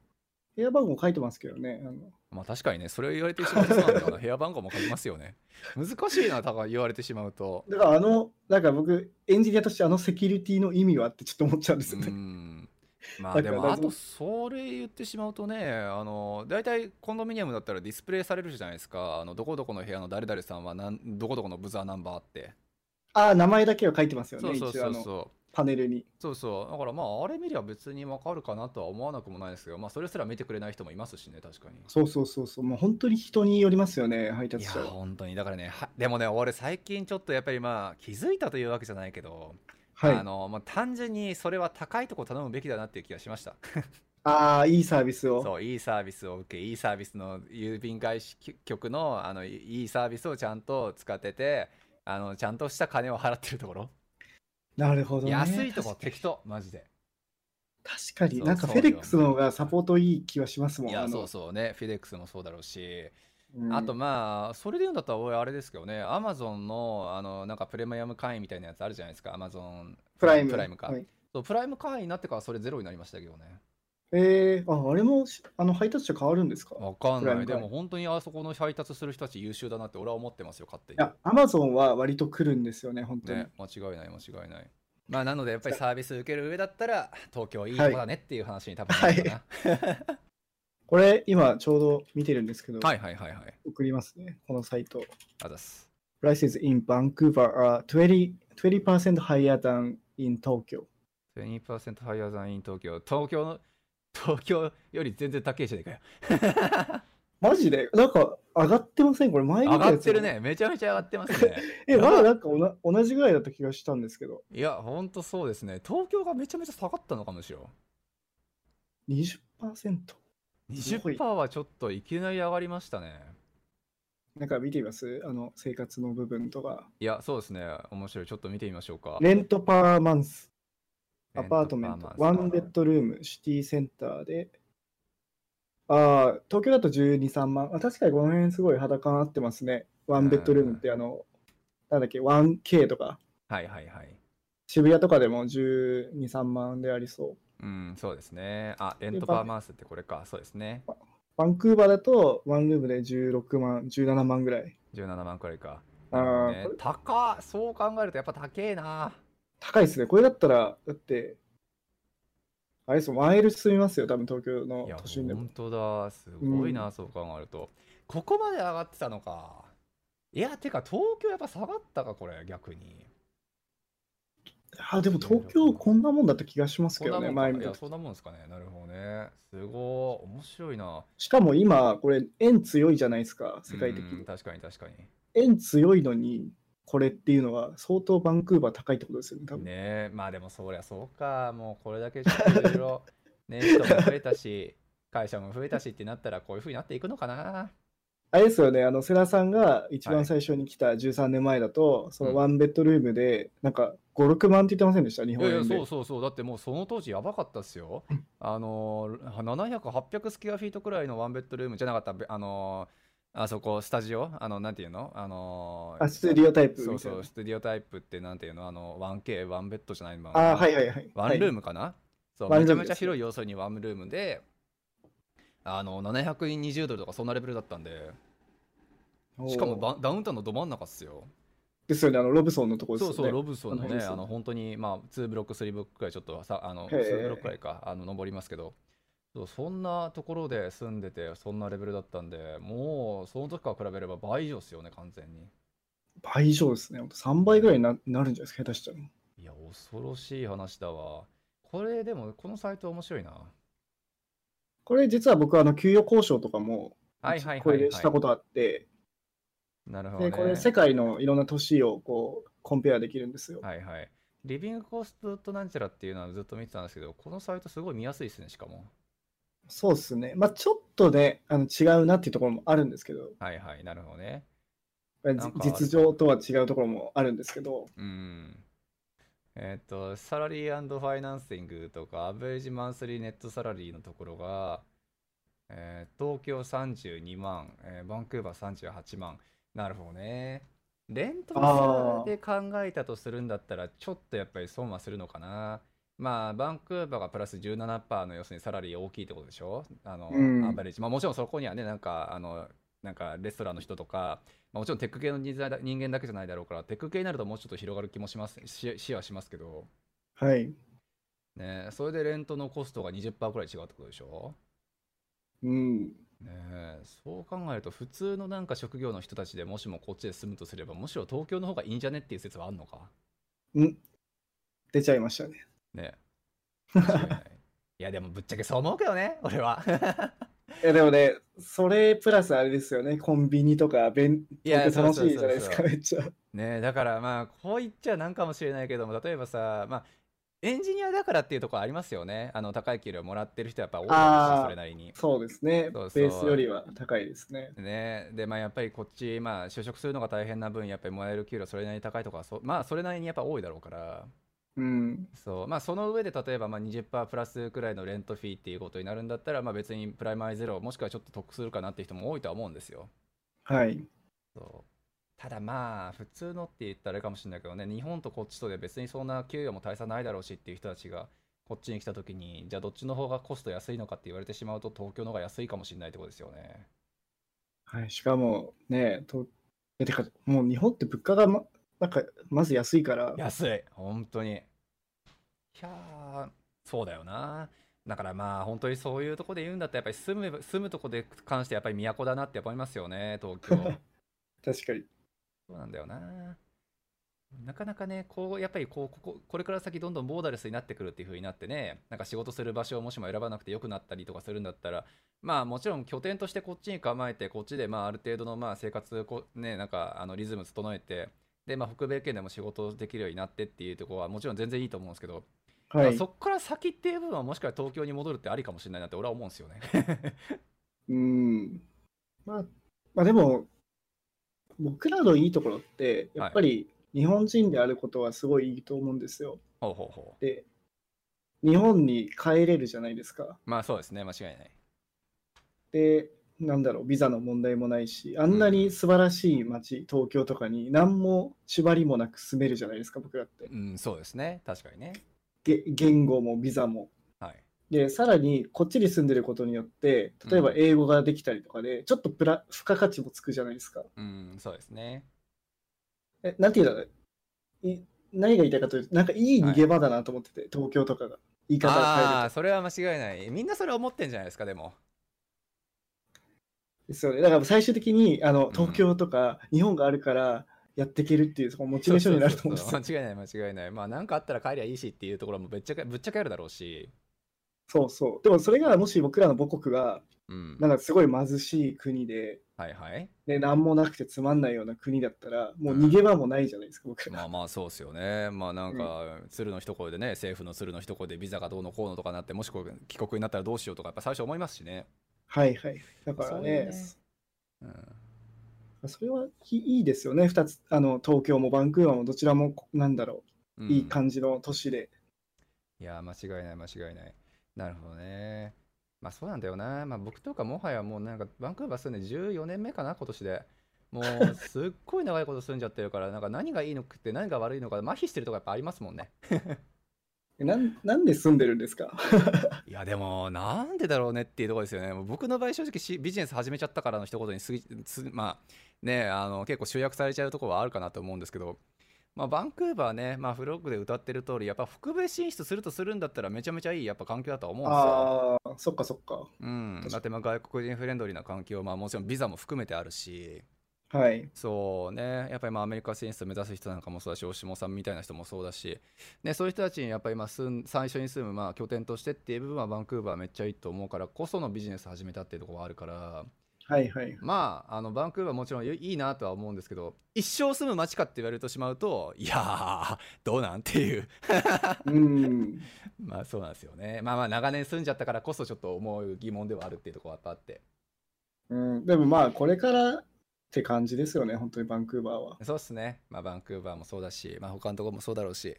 S1: 部屋番号書いてますけどね。あの
S2: まあ確かにね、それを言われてしまうとそうなんだよな。部屋番号も書きますよね。難しいな、だから言われてしまうと。
S1: だから、あの、なんか僕、エンジニアとしてあのセキュリティの意味はってちょっと思っちゃうんですよ
S2: う
S1: ね。
S2: んまあ
S1: だ
S2: で
S1: から
S2: もあ
S1: だいぶ
S2: とそれ言ってしまうとねあの大体コンドミニアムだったらディスプレイされるじゃないですかあのどこどこの部屋の誰々さんはなんどこどこのブザーナンバーって
S1: ああ、名前だけは書いてますよ
S2: そ
S1: ね、
S2: うそう
S1: 一応
S2: そ
S1: あ
S2: う
S1: の
S2: そう
S1: パネルに。
S2: そうそうだからまああれ見りゃ別にわかるかなとは思わなくもないですけどまあそれすら見てくれない人もいますしね確かに
S1: そうそうそうそう、もう本当に人によりますよね、配
S2: い
S1: 達
S2: や
S1: 者は。
S2: 本当にだからねはでもね俺最近ちょっとやっぱりまあ気づいたというわけじゃないけど、
S1: はい。
S2: あのまあ単純にそれは高いとこ頼むべきだなっていう気がしました
S1: ああ、いいサービスを。
S2: そういいサービスを受けいいサービスの郵便会社局のあのいいいサービスをちゃんと使っててあのちゃんとした金を払ってるところ、
S1: なるほど、ね。
S2: 安いとこ適当マジで
S1: 確かに、
S2: そう
S1: なんかフ
S2: そうよ
S1: ェデックスの方がサポートいい気はしますもん。
S2: い
S1: あ
S2: や
S1: の
S2: そうそうねフィデックスもそうだろうし、
S1: うん
S2: あとまあそれで言うんだったら俺あれですけどねアマゾンのあのなんかプレミアム会員みたいなやつあるじゃないですかアマゾン
S1: プライム。
S2: プライムか、
S1: はい
S2: そうプライム会員になってからそれゼロになりましたけどね
S1: えー、ああれもしあの配達者変わるんですか
S2: わかん
S1: プライ
S2: な
S1: ム会
S2: いで
S1: 員
S2: も本当にあそこの配達する人たち優秀だなって俺は思ってますよ勝手に
S1: いや、アマゾンは割と来るんですよね、本当に。
S2: ね、間違いない間違いない。まあなのでやっぱりサービス受ける上だったら東京いいとこだねっていう話に多分なるかな。
S1: これ、今ちょうど見てるんですけど、
S2: はいはいはいはい。
S1: 送りますね、このサイト。
S2: あざっす。
S1: Prices in Vancouver are 20%, 20% higher than in Tokyo.
S2: 22%ハイヤーザンイン東京。東京の東京より全然高いじゃねえかよ。
S1: マジでなんか上がってませんこれ前見
S2: 上
S1: た
S2: が
S1: や
S2: っ
S1: つ
S2: てる。ね。めちゃめちゃ上がってますね。
S1: え、まだなんかおな同じぐらいだった気がしたんですけど、
S2: いや、ほんとそうですね。東京がめちゃめちゃ下がったのかもしれん。
S1: 20%。すごい
S2: 20%はちょっといきなり上がりましたね。
S1: なんか見てみますあの、生活の部分とか。
S2: いや、そうですね。面白い。ちょっと見てみましょうか。
S1: レントパーマンス、アパートメ
S2: レ
S1: ン
S2: パ
S1: ト
S2: ー、マ
S1: ワ
S2: ンス
S1: ンベッドルーム、シティセンターで、ああ、東京だと12、3万。あ確かにこの辺すごい裸になってますね。ワンベッドルームってあの、なんだっけ、1K とか、
S2: はいはいはい。
S1: 渋谷とかでも12、3万でありそう。
S2: うん、そうですね。あ、レン
S1: で
S2: ト
S1: ば
S2: パーマンスってこれか。そうですね。
S1: バンクーバーだとワンルームで16万、17万ぐらい。
S2: 17万くらいか。
S1: あ
S2: な
S1: ーこ
S2: るほどね
S1: れ、
S2: 高っそう考えるとやっぱ高えな。
S1: 高いですね。これだったら、だって、あれですよ、マイル進みますよ、多分東京の
S2: いや、
S1: 都心でも
S2: 本。当だ。すごいな、
S1: う
S2: そう考えると。ここまで上がってたのか。いや、てか東京やっぱ下がったか、これ、逆に。
S1: あ、でも東京こんなもんだった気がします
S2: そん
S1: けど
S2: なも
S1: ね、
S2: んか
S1: 前
S2: い
S1: 見た
S2: や
S1: 時
S2: そんなもんですかね。なるほどね。すごい。面白いな。
S1: しかも今、これ、円強いじゃないですか、世界的
S2: うん
S1: に。
S2: 確かに確かに。
S1: 円強いのに、これっていうのは、相当バンクーバー高いってことですよね、多分。
S2: ねえ、まあでもそりゃそうか、もうこれだけちょっといろい ろ、ね、人も増えたし、会社も増えたしってなったら、こういうふうになっていくのかな。
S1: あれですよね、あの、世良さんが一
S2: は
S1: 番
S2: い
S1: 最初に来た13年前だと、そ
S2: うん
S1: のワンベッドルームで、なんか5、6万って言ってませんでした、日
S2: い
S1: 本
S2: やいや、
S1: 円で
S2: そう。そうそう、だってもうその当時やばかったっすよ
S1: うん。
S2: あのー、700、800スクエアフィートくらいのワンベッドルームじゃなかった、べあのー、あそこ、スタジオ、あの、なんていうのあのー、
S1: あ、ステディオタイプみたい
S2: そ
S1: な。
S2: うそう、ステディオタイプってなんていうのあの、1K、ワンベッドじゃないの
S1: あー、はいはいはい。
S2: ワンルー
S1: ム。
S2: ムかな、そう
S1: ワン
S2: め
S1: ル
S2: ちゃ
S1: ーム
S2: めちゃ
S1: ですね
S2: 広い要するにワンルームで、あの720ドルとかそんなレベルだったんで、
S1: はい
S2: しかも
S1: おー
S2: ばダウンタウンのど真ん中っすよ。
S1: ですよね、あの、ロブソンのところですよ
S2: そう
S1: ね。
S2: そう、ロブソ
S1: あ
S2: ンの
S1: の辺
S2: ね、
S1: ですよ
S2: あ
S1: ね
S2: の本当に、まあ、2ブロック、3ブロックくらい、ちょっとさあの
S1: へー
S2: 2ブロックくらいか、あの登りますけどそう、そんなところで住んでて、そんなレベルだったんで、もうその時から比べれば倍以上っすよね、完全に。
S1: 倍以上ですね。3倍ぐらいにななるんじゃないですか、下手したら。
S2: いや、恐ろしい話だわ。これ、でも、このサイト面白いな。
S1: これ実は僕はあの給与交渉とかも
S2: はいはいはいはい
S1: これでしたことあって、
S2: なるほど、ね。
S1: でこれ世界のいろんな都市をこうコンペアできるんですよ。
S2: はいはい。リビングコストとなんちゃらっていうのはずっと見てたんですけど、このサイトすごい見やすいですね、しかも。
S1: そうですね。まあちょっとね、あの違うなっていうところもあるんですけど、
S2: はいはい、なるほどね。
S1: じ実情とは違うところもあるんですけど、
S2: うん。えっ、と、サラリーファイナンシングとか、アベレージマンスリーネットサラリーのところが、えー東京32万、えーバンクーバー38万。なるほどね。レント
S1: あー
S2: で考えたとするんだったら、ちょっとやっぱり損はするのかな。まあ、バンクーバーがプラス17%の要するにサラリー大きいってことでしょあの、
S1: うん
S2: アベレージ。まあ、もちろんそこにはね、なんか、あの、なんかレストランの人とか、まあ、もちろんテック系の人材だ人間だけじゃないだろうから、テック系になるともうちょっと広がる気もします、ししはしますけど、
S1: はい。
S2: ね、それでレントのコストが20%くらい違うってことでしょ
S1: うん。
S2: ねえ、そう考えると、普通のなんか職業の人たちでもしもこっちで住むとすれば、むしろ東京の方がいいんじゃねっていう説はあるのか。
S1: うん。出ちゃいま したね。
S2: ねえ。間違いないいや、でもぶっちゃけそう思うけどね、俺は。
S1: いやでもね、それプラスあれですよね、コンビニとか弁
S2: いや
S1: 東京楽し
S2: そうそうそうそう
S1: いじゃないですか、めっちゃ。
S2: ねえ、だからまあ、こう言っちゃなんかもしれないけども、例えばさ、まあ、エンジニアだからっていうところありますよね。あの、高い給料もらってる人はやっぱ多いだろうし、
S1: あー
S2: それなりに。
S1: そうですね
S2: そうそう
S1: ベースよりは高いですね。
S2: ね、で、まあ、やっぱりこっち、まあ、就職するのが大変な分、やっぱりもらえる給料それなりに高いとか、そまあ、それなりにやっぱ多いだろうから、
S1: うん。
S2: そう、まあ、その上で例えば、まあ、20%プラスくらいのレントフィーっていうことになるんだったら、まあ、別にプライマリゼロ、もしくはちょっと得するかなっていう人も多いとは思うんですよ。
S1: はい。
S2: そうただまあ、普通のって言ったらあれかもしれないけどね、日本とこっちとで別にそんな給与も大差ないだろうしっていう人たちが、こっちに来た時に、じゃあどっちの方がコスト安いのかって言われてしまうと、東京の方が安いかもしれないってことですよね。
S1: はい、しかもね、とえてか、もう日本って物価がまなんかまず安いから、
S2: 安い本当にいやーそうだよなだからまあ本当にそういうとこで言うんだったらやっぱり住む住むとこで関してやっぱり都だなって思いますよね東京
S1: 確かに。
S2: そうなんだよななかなかねこうやっぱりこうこここれから先どんどんボーダレスになってくるっていう風になってねなんか仕事する場所をもしも選ばなくてよくなったりとかするんだったらまあもちろん拠点としてこっちに構えてこっちでまあある程度のまあ生活こうねなんかあのリズム整えてでまあ北米圏でも仕事できるようになってっていうところはもちろん全然いいと思うんですけど、
S1: は
S2: まあ
S1: い。
S2: そこから先っていう部分はもしかしたら東京に戻るってありかもしれないなって俺は思うんですよ ね。
S1: うん。まあ、まあでも、僕らのいいところって、やっぱり日本人であることはすごいいいと思うんですよ。
S2: ほうほうほ
S1: で、日本に帰れるじゃないですか。
S2: うまあそうですね間違いない。
S1: で、なんだろう、ビザの問題もないし、あんなに素晴らしい街、東京とかに何も縛りもなく住めるじゃないですか、僕らって。
S2: うんそうですね確かにね。
S1: げ言語もビザも。
S2: はい。
S1: で、さらにこっちに住んでることによって、例えば
S2: うん
S1: 英語ができたりとかで、ちょっとプラ付加価値もつくじゃないですか。
S2: うんそうですね。
S1: え、なんていうんだろう。い何が言いたいかというと、なんかいい逃げ場だなと思ってて、東京とかが。言い方を変え
S2: ああ
S1: る
S2: ーそれは間違いないみんなそれ思ってんじゃないですかでも
S1: と。ですよね。だから最終的に、あの、
S2: ん
S1: 東京とか日本があるから、やっていけるっていう、そこモチベーションになると思うんです
S2: そう
S1: よ。
S2: そうそう間違いない間違いないまあ何かあったら帰りゃいいしっていうところもぶっちゃけぶっちゃけあるだろうし
S1: そうそう。でもそれがもし僕らの母国が、
S2: うん
S1: なんかすごい貧しい国で、
S2: はいはい
S1: ね、何もなくてつまんないような国だったら、もう逃げ場もないじゃないですか、僕ら。
S2: まあまあそうっすよねまあなんか鶴の一声でね政府の鶴の一声でビザがどうのこうのとかなってもしこう帰国になったらどうしようとかやっぱ最初思いますしね
S1: はいはい。だからね、
S2: そうよね
S1: それはいいいですよね、2つ、あの東京もバンクーバーもどちらも、なんだろ
S2: うん
S1: う、いい感じの都市で。
S2: いやー、間違いない、間違いない。なるほどね。まあそうなんだよな。まあ僕とかもはやもうなんかバンクーバー住んで14年目かな、今年で。もうすっごい長いこと住んじゃってるから、なんか何がいいのくって何が悪いのか麻痺してるとかやっぱありますもんね。
S1: なんなんで住んでるんですか
S2: いやでもなんでだろうねっていうところですよね。もう僕の場合正直しビジネス始めちゃったからの一言にすぎつまあねあの結構集約されちゃうところはあるかなと思うんですけど、まあ、バンクーバーね、まあ、フロッグで歌ってる通りやっぱ北米進出するとするんだったらめちゃめちゃいいやっぱ環境だとは思うんですよ。
S1: ああ、そっかそっか。
S2: うん、
S1: 確かに
S2: だってまあ外国人フレンドリーな環境、まあ、もちろんビザも含めてあるし、
S1: はい。
S2: そうね、やっぱりまあアメリカ進出を目指す人なんかもそうだし、大下さんみたいな人もそうだし、ね、そういう人たちにやっぱり今住ん最初に住むまあ拠点としてっていう部分はバンクーバーめっちゃいいと思うからこそのビジネス始めたっていうところはあるから、
S1: はいはい。
S2: まあ、あのバンクーバーもちろんいいなとは思うんですけど、一生住む街かって言われるとしまうと、いやー、どうなんっていう、
S1: うん。
S2: まあそうなんですよね、まあまあ長年住んじゃったからこそちょっと思う疑問ではあるっていうところはやっぱあって。
S1: うん、でもまあ、これからって感じですよね、本当にバンクーバーは。
S2: そうっすね。まあ、バンクーバーもそうだし、まあ、他のところもそうだろうし。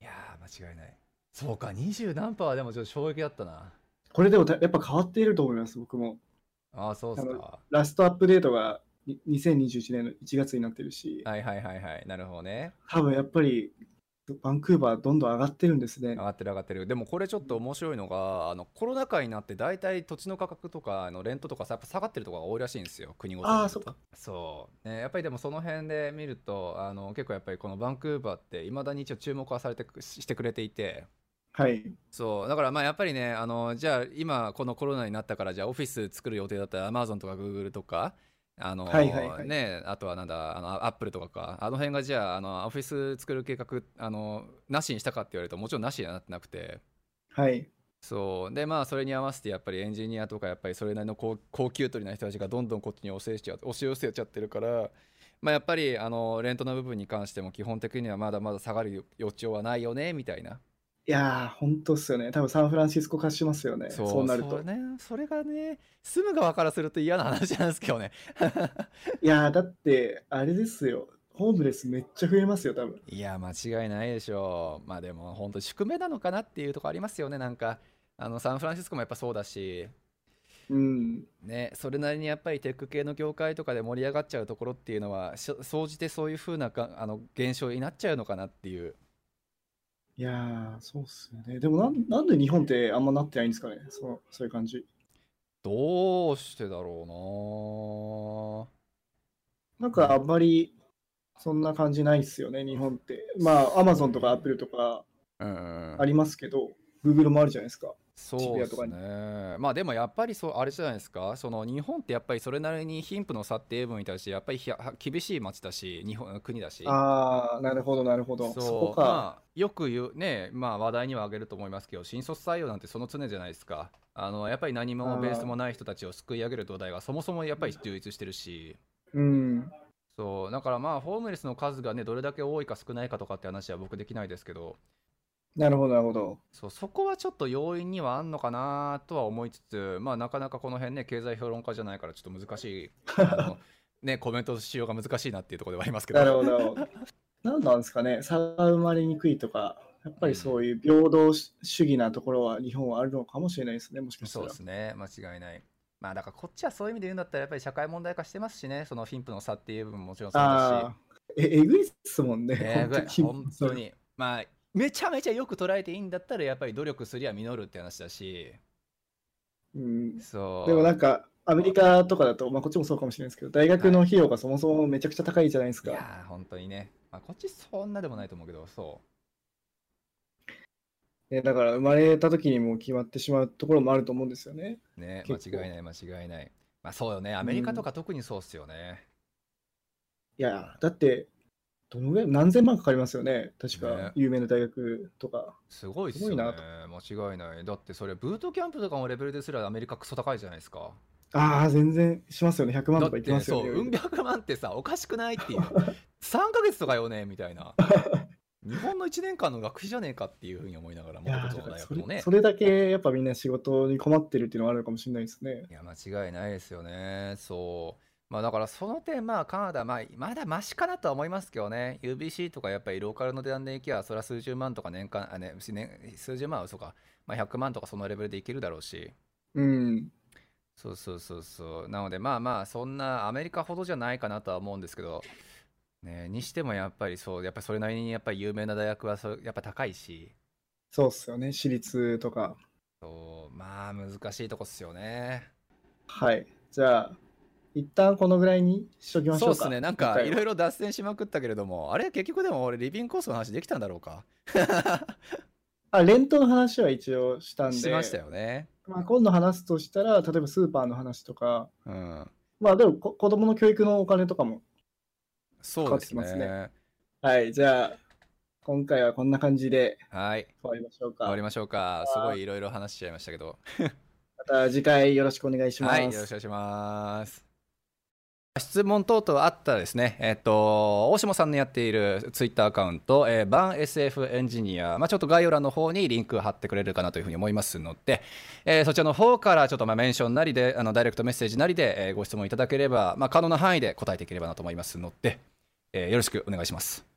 S2: いやー、間違いない。そうか、20何パーはでもちょっと衝撃だったな。
S1: これでもたやっぱ変わっていると思います、僕も。
S2: ああ、そうっすか。
S1: ラストアップデートがに2021年の1月になってるし、
S2: はいはいはいはい。なるほどね。
S1: 多分やっぱりバンクーバーどんどん上がってるんですね
S2: 上。がってる上がってる。でもこれちょっと面白いのが、あのコロナ禍になって大体土地の価格とかあのレントとかさやっぱ下がってるところが多いらしいんですよ、国ごとに
S1: あー
S2: 見る
S1: そ
S2: と
S1: っか
S2: そう、ね。やっぱりでもその辺で見ると、あの結構やっぱりこのバンクーバーっていまだに一応注目はされてくししてくれていて、
S1: はい。
S2: そうだからまあやっぱりねあのじゃあ今このコロナになったからじゃあオフィス作る予定だったらアマゾンとかグーグルとかあの、
S1: はいはいはい
S2: ねあとはなんだあのアップルとかかあの辺がじゃああのオフィス作る計画あのなしにしたかって言われるともちろんなしにはなってなくて
S1: はい。
S2: そうでまあそれに合わせてやっぱりエンジニアとかやっぱりそれなりの高高給取りな人たちがどんどんこっちに押し寄せちゃ押し寄せちゃってるから。まあやっぱりあのレントの部分に関しても基本的にはまだまだ下がる余地はないよねみたいない
S1: やー、本当っすよね。多分サンフランシスコ化しますよね。そうなると。
S2: ね、それがね、住む側からすると嫌な話なんですけどね。
S1: いやー、だって、あれですよ。ホームレスめっちゃ増えますよ、多分。
S2: いや、間違いないでしょう。まあでも、本当宿命なのかなっていうとこありますよね、なんか。あのサンフランシスコもやっぱそうだし、
S1: うん。
S2: ね、それなりにやっぱりテック系の業界とかで盛り上がっちゃうところっていうのは、しょ総じてそういう風なかあの現象になっちゃうのかなっていう。
S1: いやー、そうっすよね。でもなん、なんで日本ってあんまなってないんですかね。そうそういう感じ。
S2: どうしてだろ
S1: なんかあんまりそんな感じないっすよね、日本って。まあ、アマゾンとかアップルとか
S2: うなうんうんうん
S1: ありますけど、Google もあるじゃないですか。
S2: そう
S1: 谷
S2: で
S1: と
S2: す
S1: かに
S2: ね。まあでもやっぱりそうあれじゃないですか。その日本ってやっぱりそれなりに貧富の差っていう分に対してやっぱりひゃ厳しい町だし、日本国だし。
S1: あー、なるほど、なるほど。そこか。
S2: まあ、よく言うね、まあ話題には挙げると思いますけど、新卒採用なんてその常じゃないですか。あのやっぱり何
S1: あ
S2: も
S1: ー
S2: ベースもない人たちを救い上げる土台がそもそもやっぱり充実してるし。
S1: うん。
S2: そうだからまあホームレスの数がねどれだけ多いか少ないかとかって話は僕できないですけど
S1: なるほど、なるほど。
S2: そうそこはちょっと要因にはあんのかなとは思いつつ、まあ、なかなかこの辺ね、経済評論家じゃないから、ちょっと難しい、あの ね、コメントしようが難しいなっていうところではありますけど、
S1: なるほどなるほど。何なんですかね、差が生まれにくいとか、やっぱりそういう平等主義なところは日本はあるのかもしれないですね、もしかした
S2: そう
S1: ら。
S2: ですね、間違いない。まあ、だからこっちはそういう意味で言うんだったら、やっぱり社会問題化してますしね、その貧富の差っていう部分ももちろんそうだ
S1: ああ、ええぐいっすもんね、
S2: し、ね
S1: 本当に。
S2: 本当。に、まあ、めちゃめちゃよく捉えていいんだったら、やっぱり努力すりゃ実るって話だし、
S1: うん、で
S2: そう。
S1: もなんか、アメリカとかだと、まあ、こっちもそうかもしれないですけど、大学の費用がそもそもめちゃくちゃ高いじゃないです
S2: い
S1: か。
S2: やー、本当にね、まあ、こっちそんなでもないと思うけど、そう。
S1: ねだから、生まれた時にもう決まってしまうところもあると思うんですよね。
S2: ね、間
S1: 結構
S2: 違いない間違いない。まあそうよね、アメリカとか特にそうっすよね。
S1: いいや、だって、どのぐらい、何千万かかりますよね。確
S2: ね
S1: か、有名な大学とか。
S2: すごいっ
S1: す
S2: す
S1: ごい
S2: よね
S1: なと。
S2: 間違いないだってそれブートキャンプとかのレベルですらアメリカクソ高いじゃないですか
S1: ああ、全然しますよね。100万と
S2: だっ
S1: かいき
S2: て
S1: ますよ
S2: そう
S1: ね。
S2: うん百万ってさおかしくない っていう3ヶ月とかよねみたいな日本の1年間の学費じゃねえかっていうふうに思いながら
S1: いやー
S2: 元
S1: だ
S2: 々
S1: か
S2: の
S1: ら
S2: 大
S1: そ
S2: 学も
S1: れ
S2: ね
S1: それだけやっぱみんな仕事に困ってるっていうのはあるのかもしれないですね。
S2: いや、間違いないですよね。そう。まあだからその点、まあカナダ、まあまだマシかなとは思いますけどね、UBC とかやっぱりローカルの値段でいけば、それは数十万とか年間、あね、しね数十万は嘘か、まあ100万とかそのレベルでいけるだろうし、
S1: うん。
S2: そうそうそうそう。なのでまあまあ、そんなアメリカほどじゃないかなとは思うんですけど、ね、にしてもやっぱりそう、やっぱりそれなりにやっぱり有名な大学はそやっぱ高いし、
S1: そうっすよね。私立とか。
S2: そう、まあ難しいとこっすよね。
S1: はい。じゃあ、一旦このぐらいにしときまし
S2: そう
S1: ょ
S2: で
S1: うか。
S2: すね、なん
S1: 今
S2: か
S1: 回はい
S2: ろいろ脱線しまくったけれども、あれ、結局でも俺、リビングコースの話できたんだろうか。
S1: あ、レントの話は一応したんで、
S2: しましたよね。
S1: まあ、今度話すとしたら、例えばスーパーの話とか、
S2: うん、
S1: まあでもこ子供の教育のお金とかも。
S2: そうです
S1: 変
S2: ね。
S1: わってきはい。じゃあ、今回はこんな感じで
S2: はい、
S1: 終わりましょう
S2: 終わ
S1: か
S2: り。ましょうか。すごいいろいろ話しちゃいましたけど。
S1: また次回よろしくお願いします。
S2: はい、よろしくお願いします。質問等々あったらですね、えっ、と、大下さんのやっているツイッターアカウント、えー、バン SF エンジニア、まあ、ちょっと概要欄の方にリンク貼ってくれるかなというふうに思いますので、えーそちらの方からちょっとまあメンションなりで、あのダイレクトメッセージなりで、えーご質問いただければ、まあ、可能な範囲で答えていければなと思いますので、えーよろしくお願いします。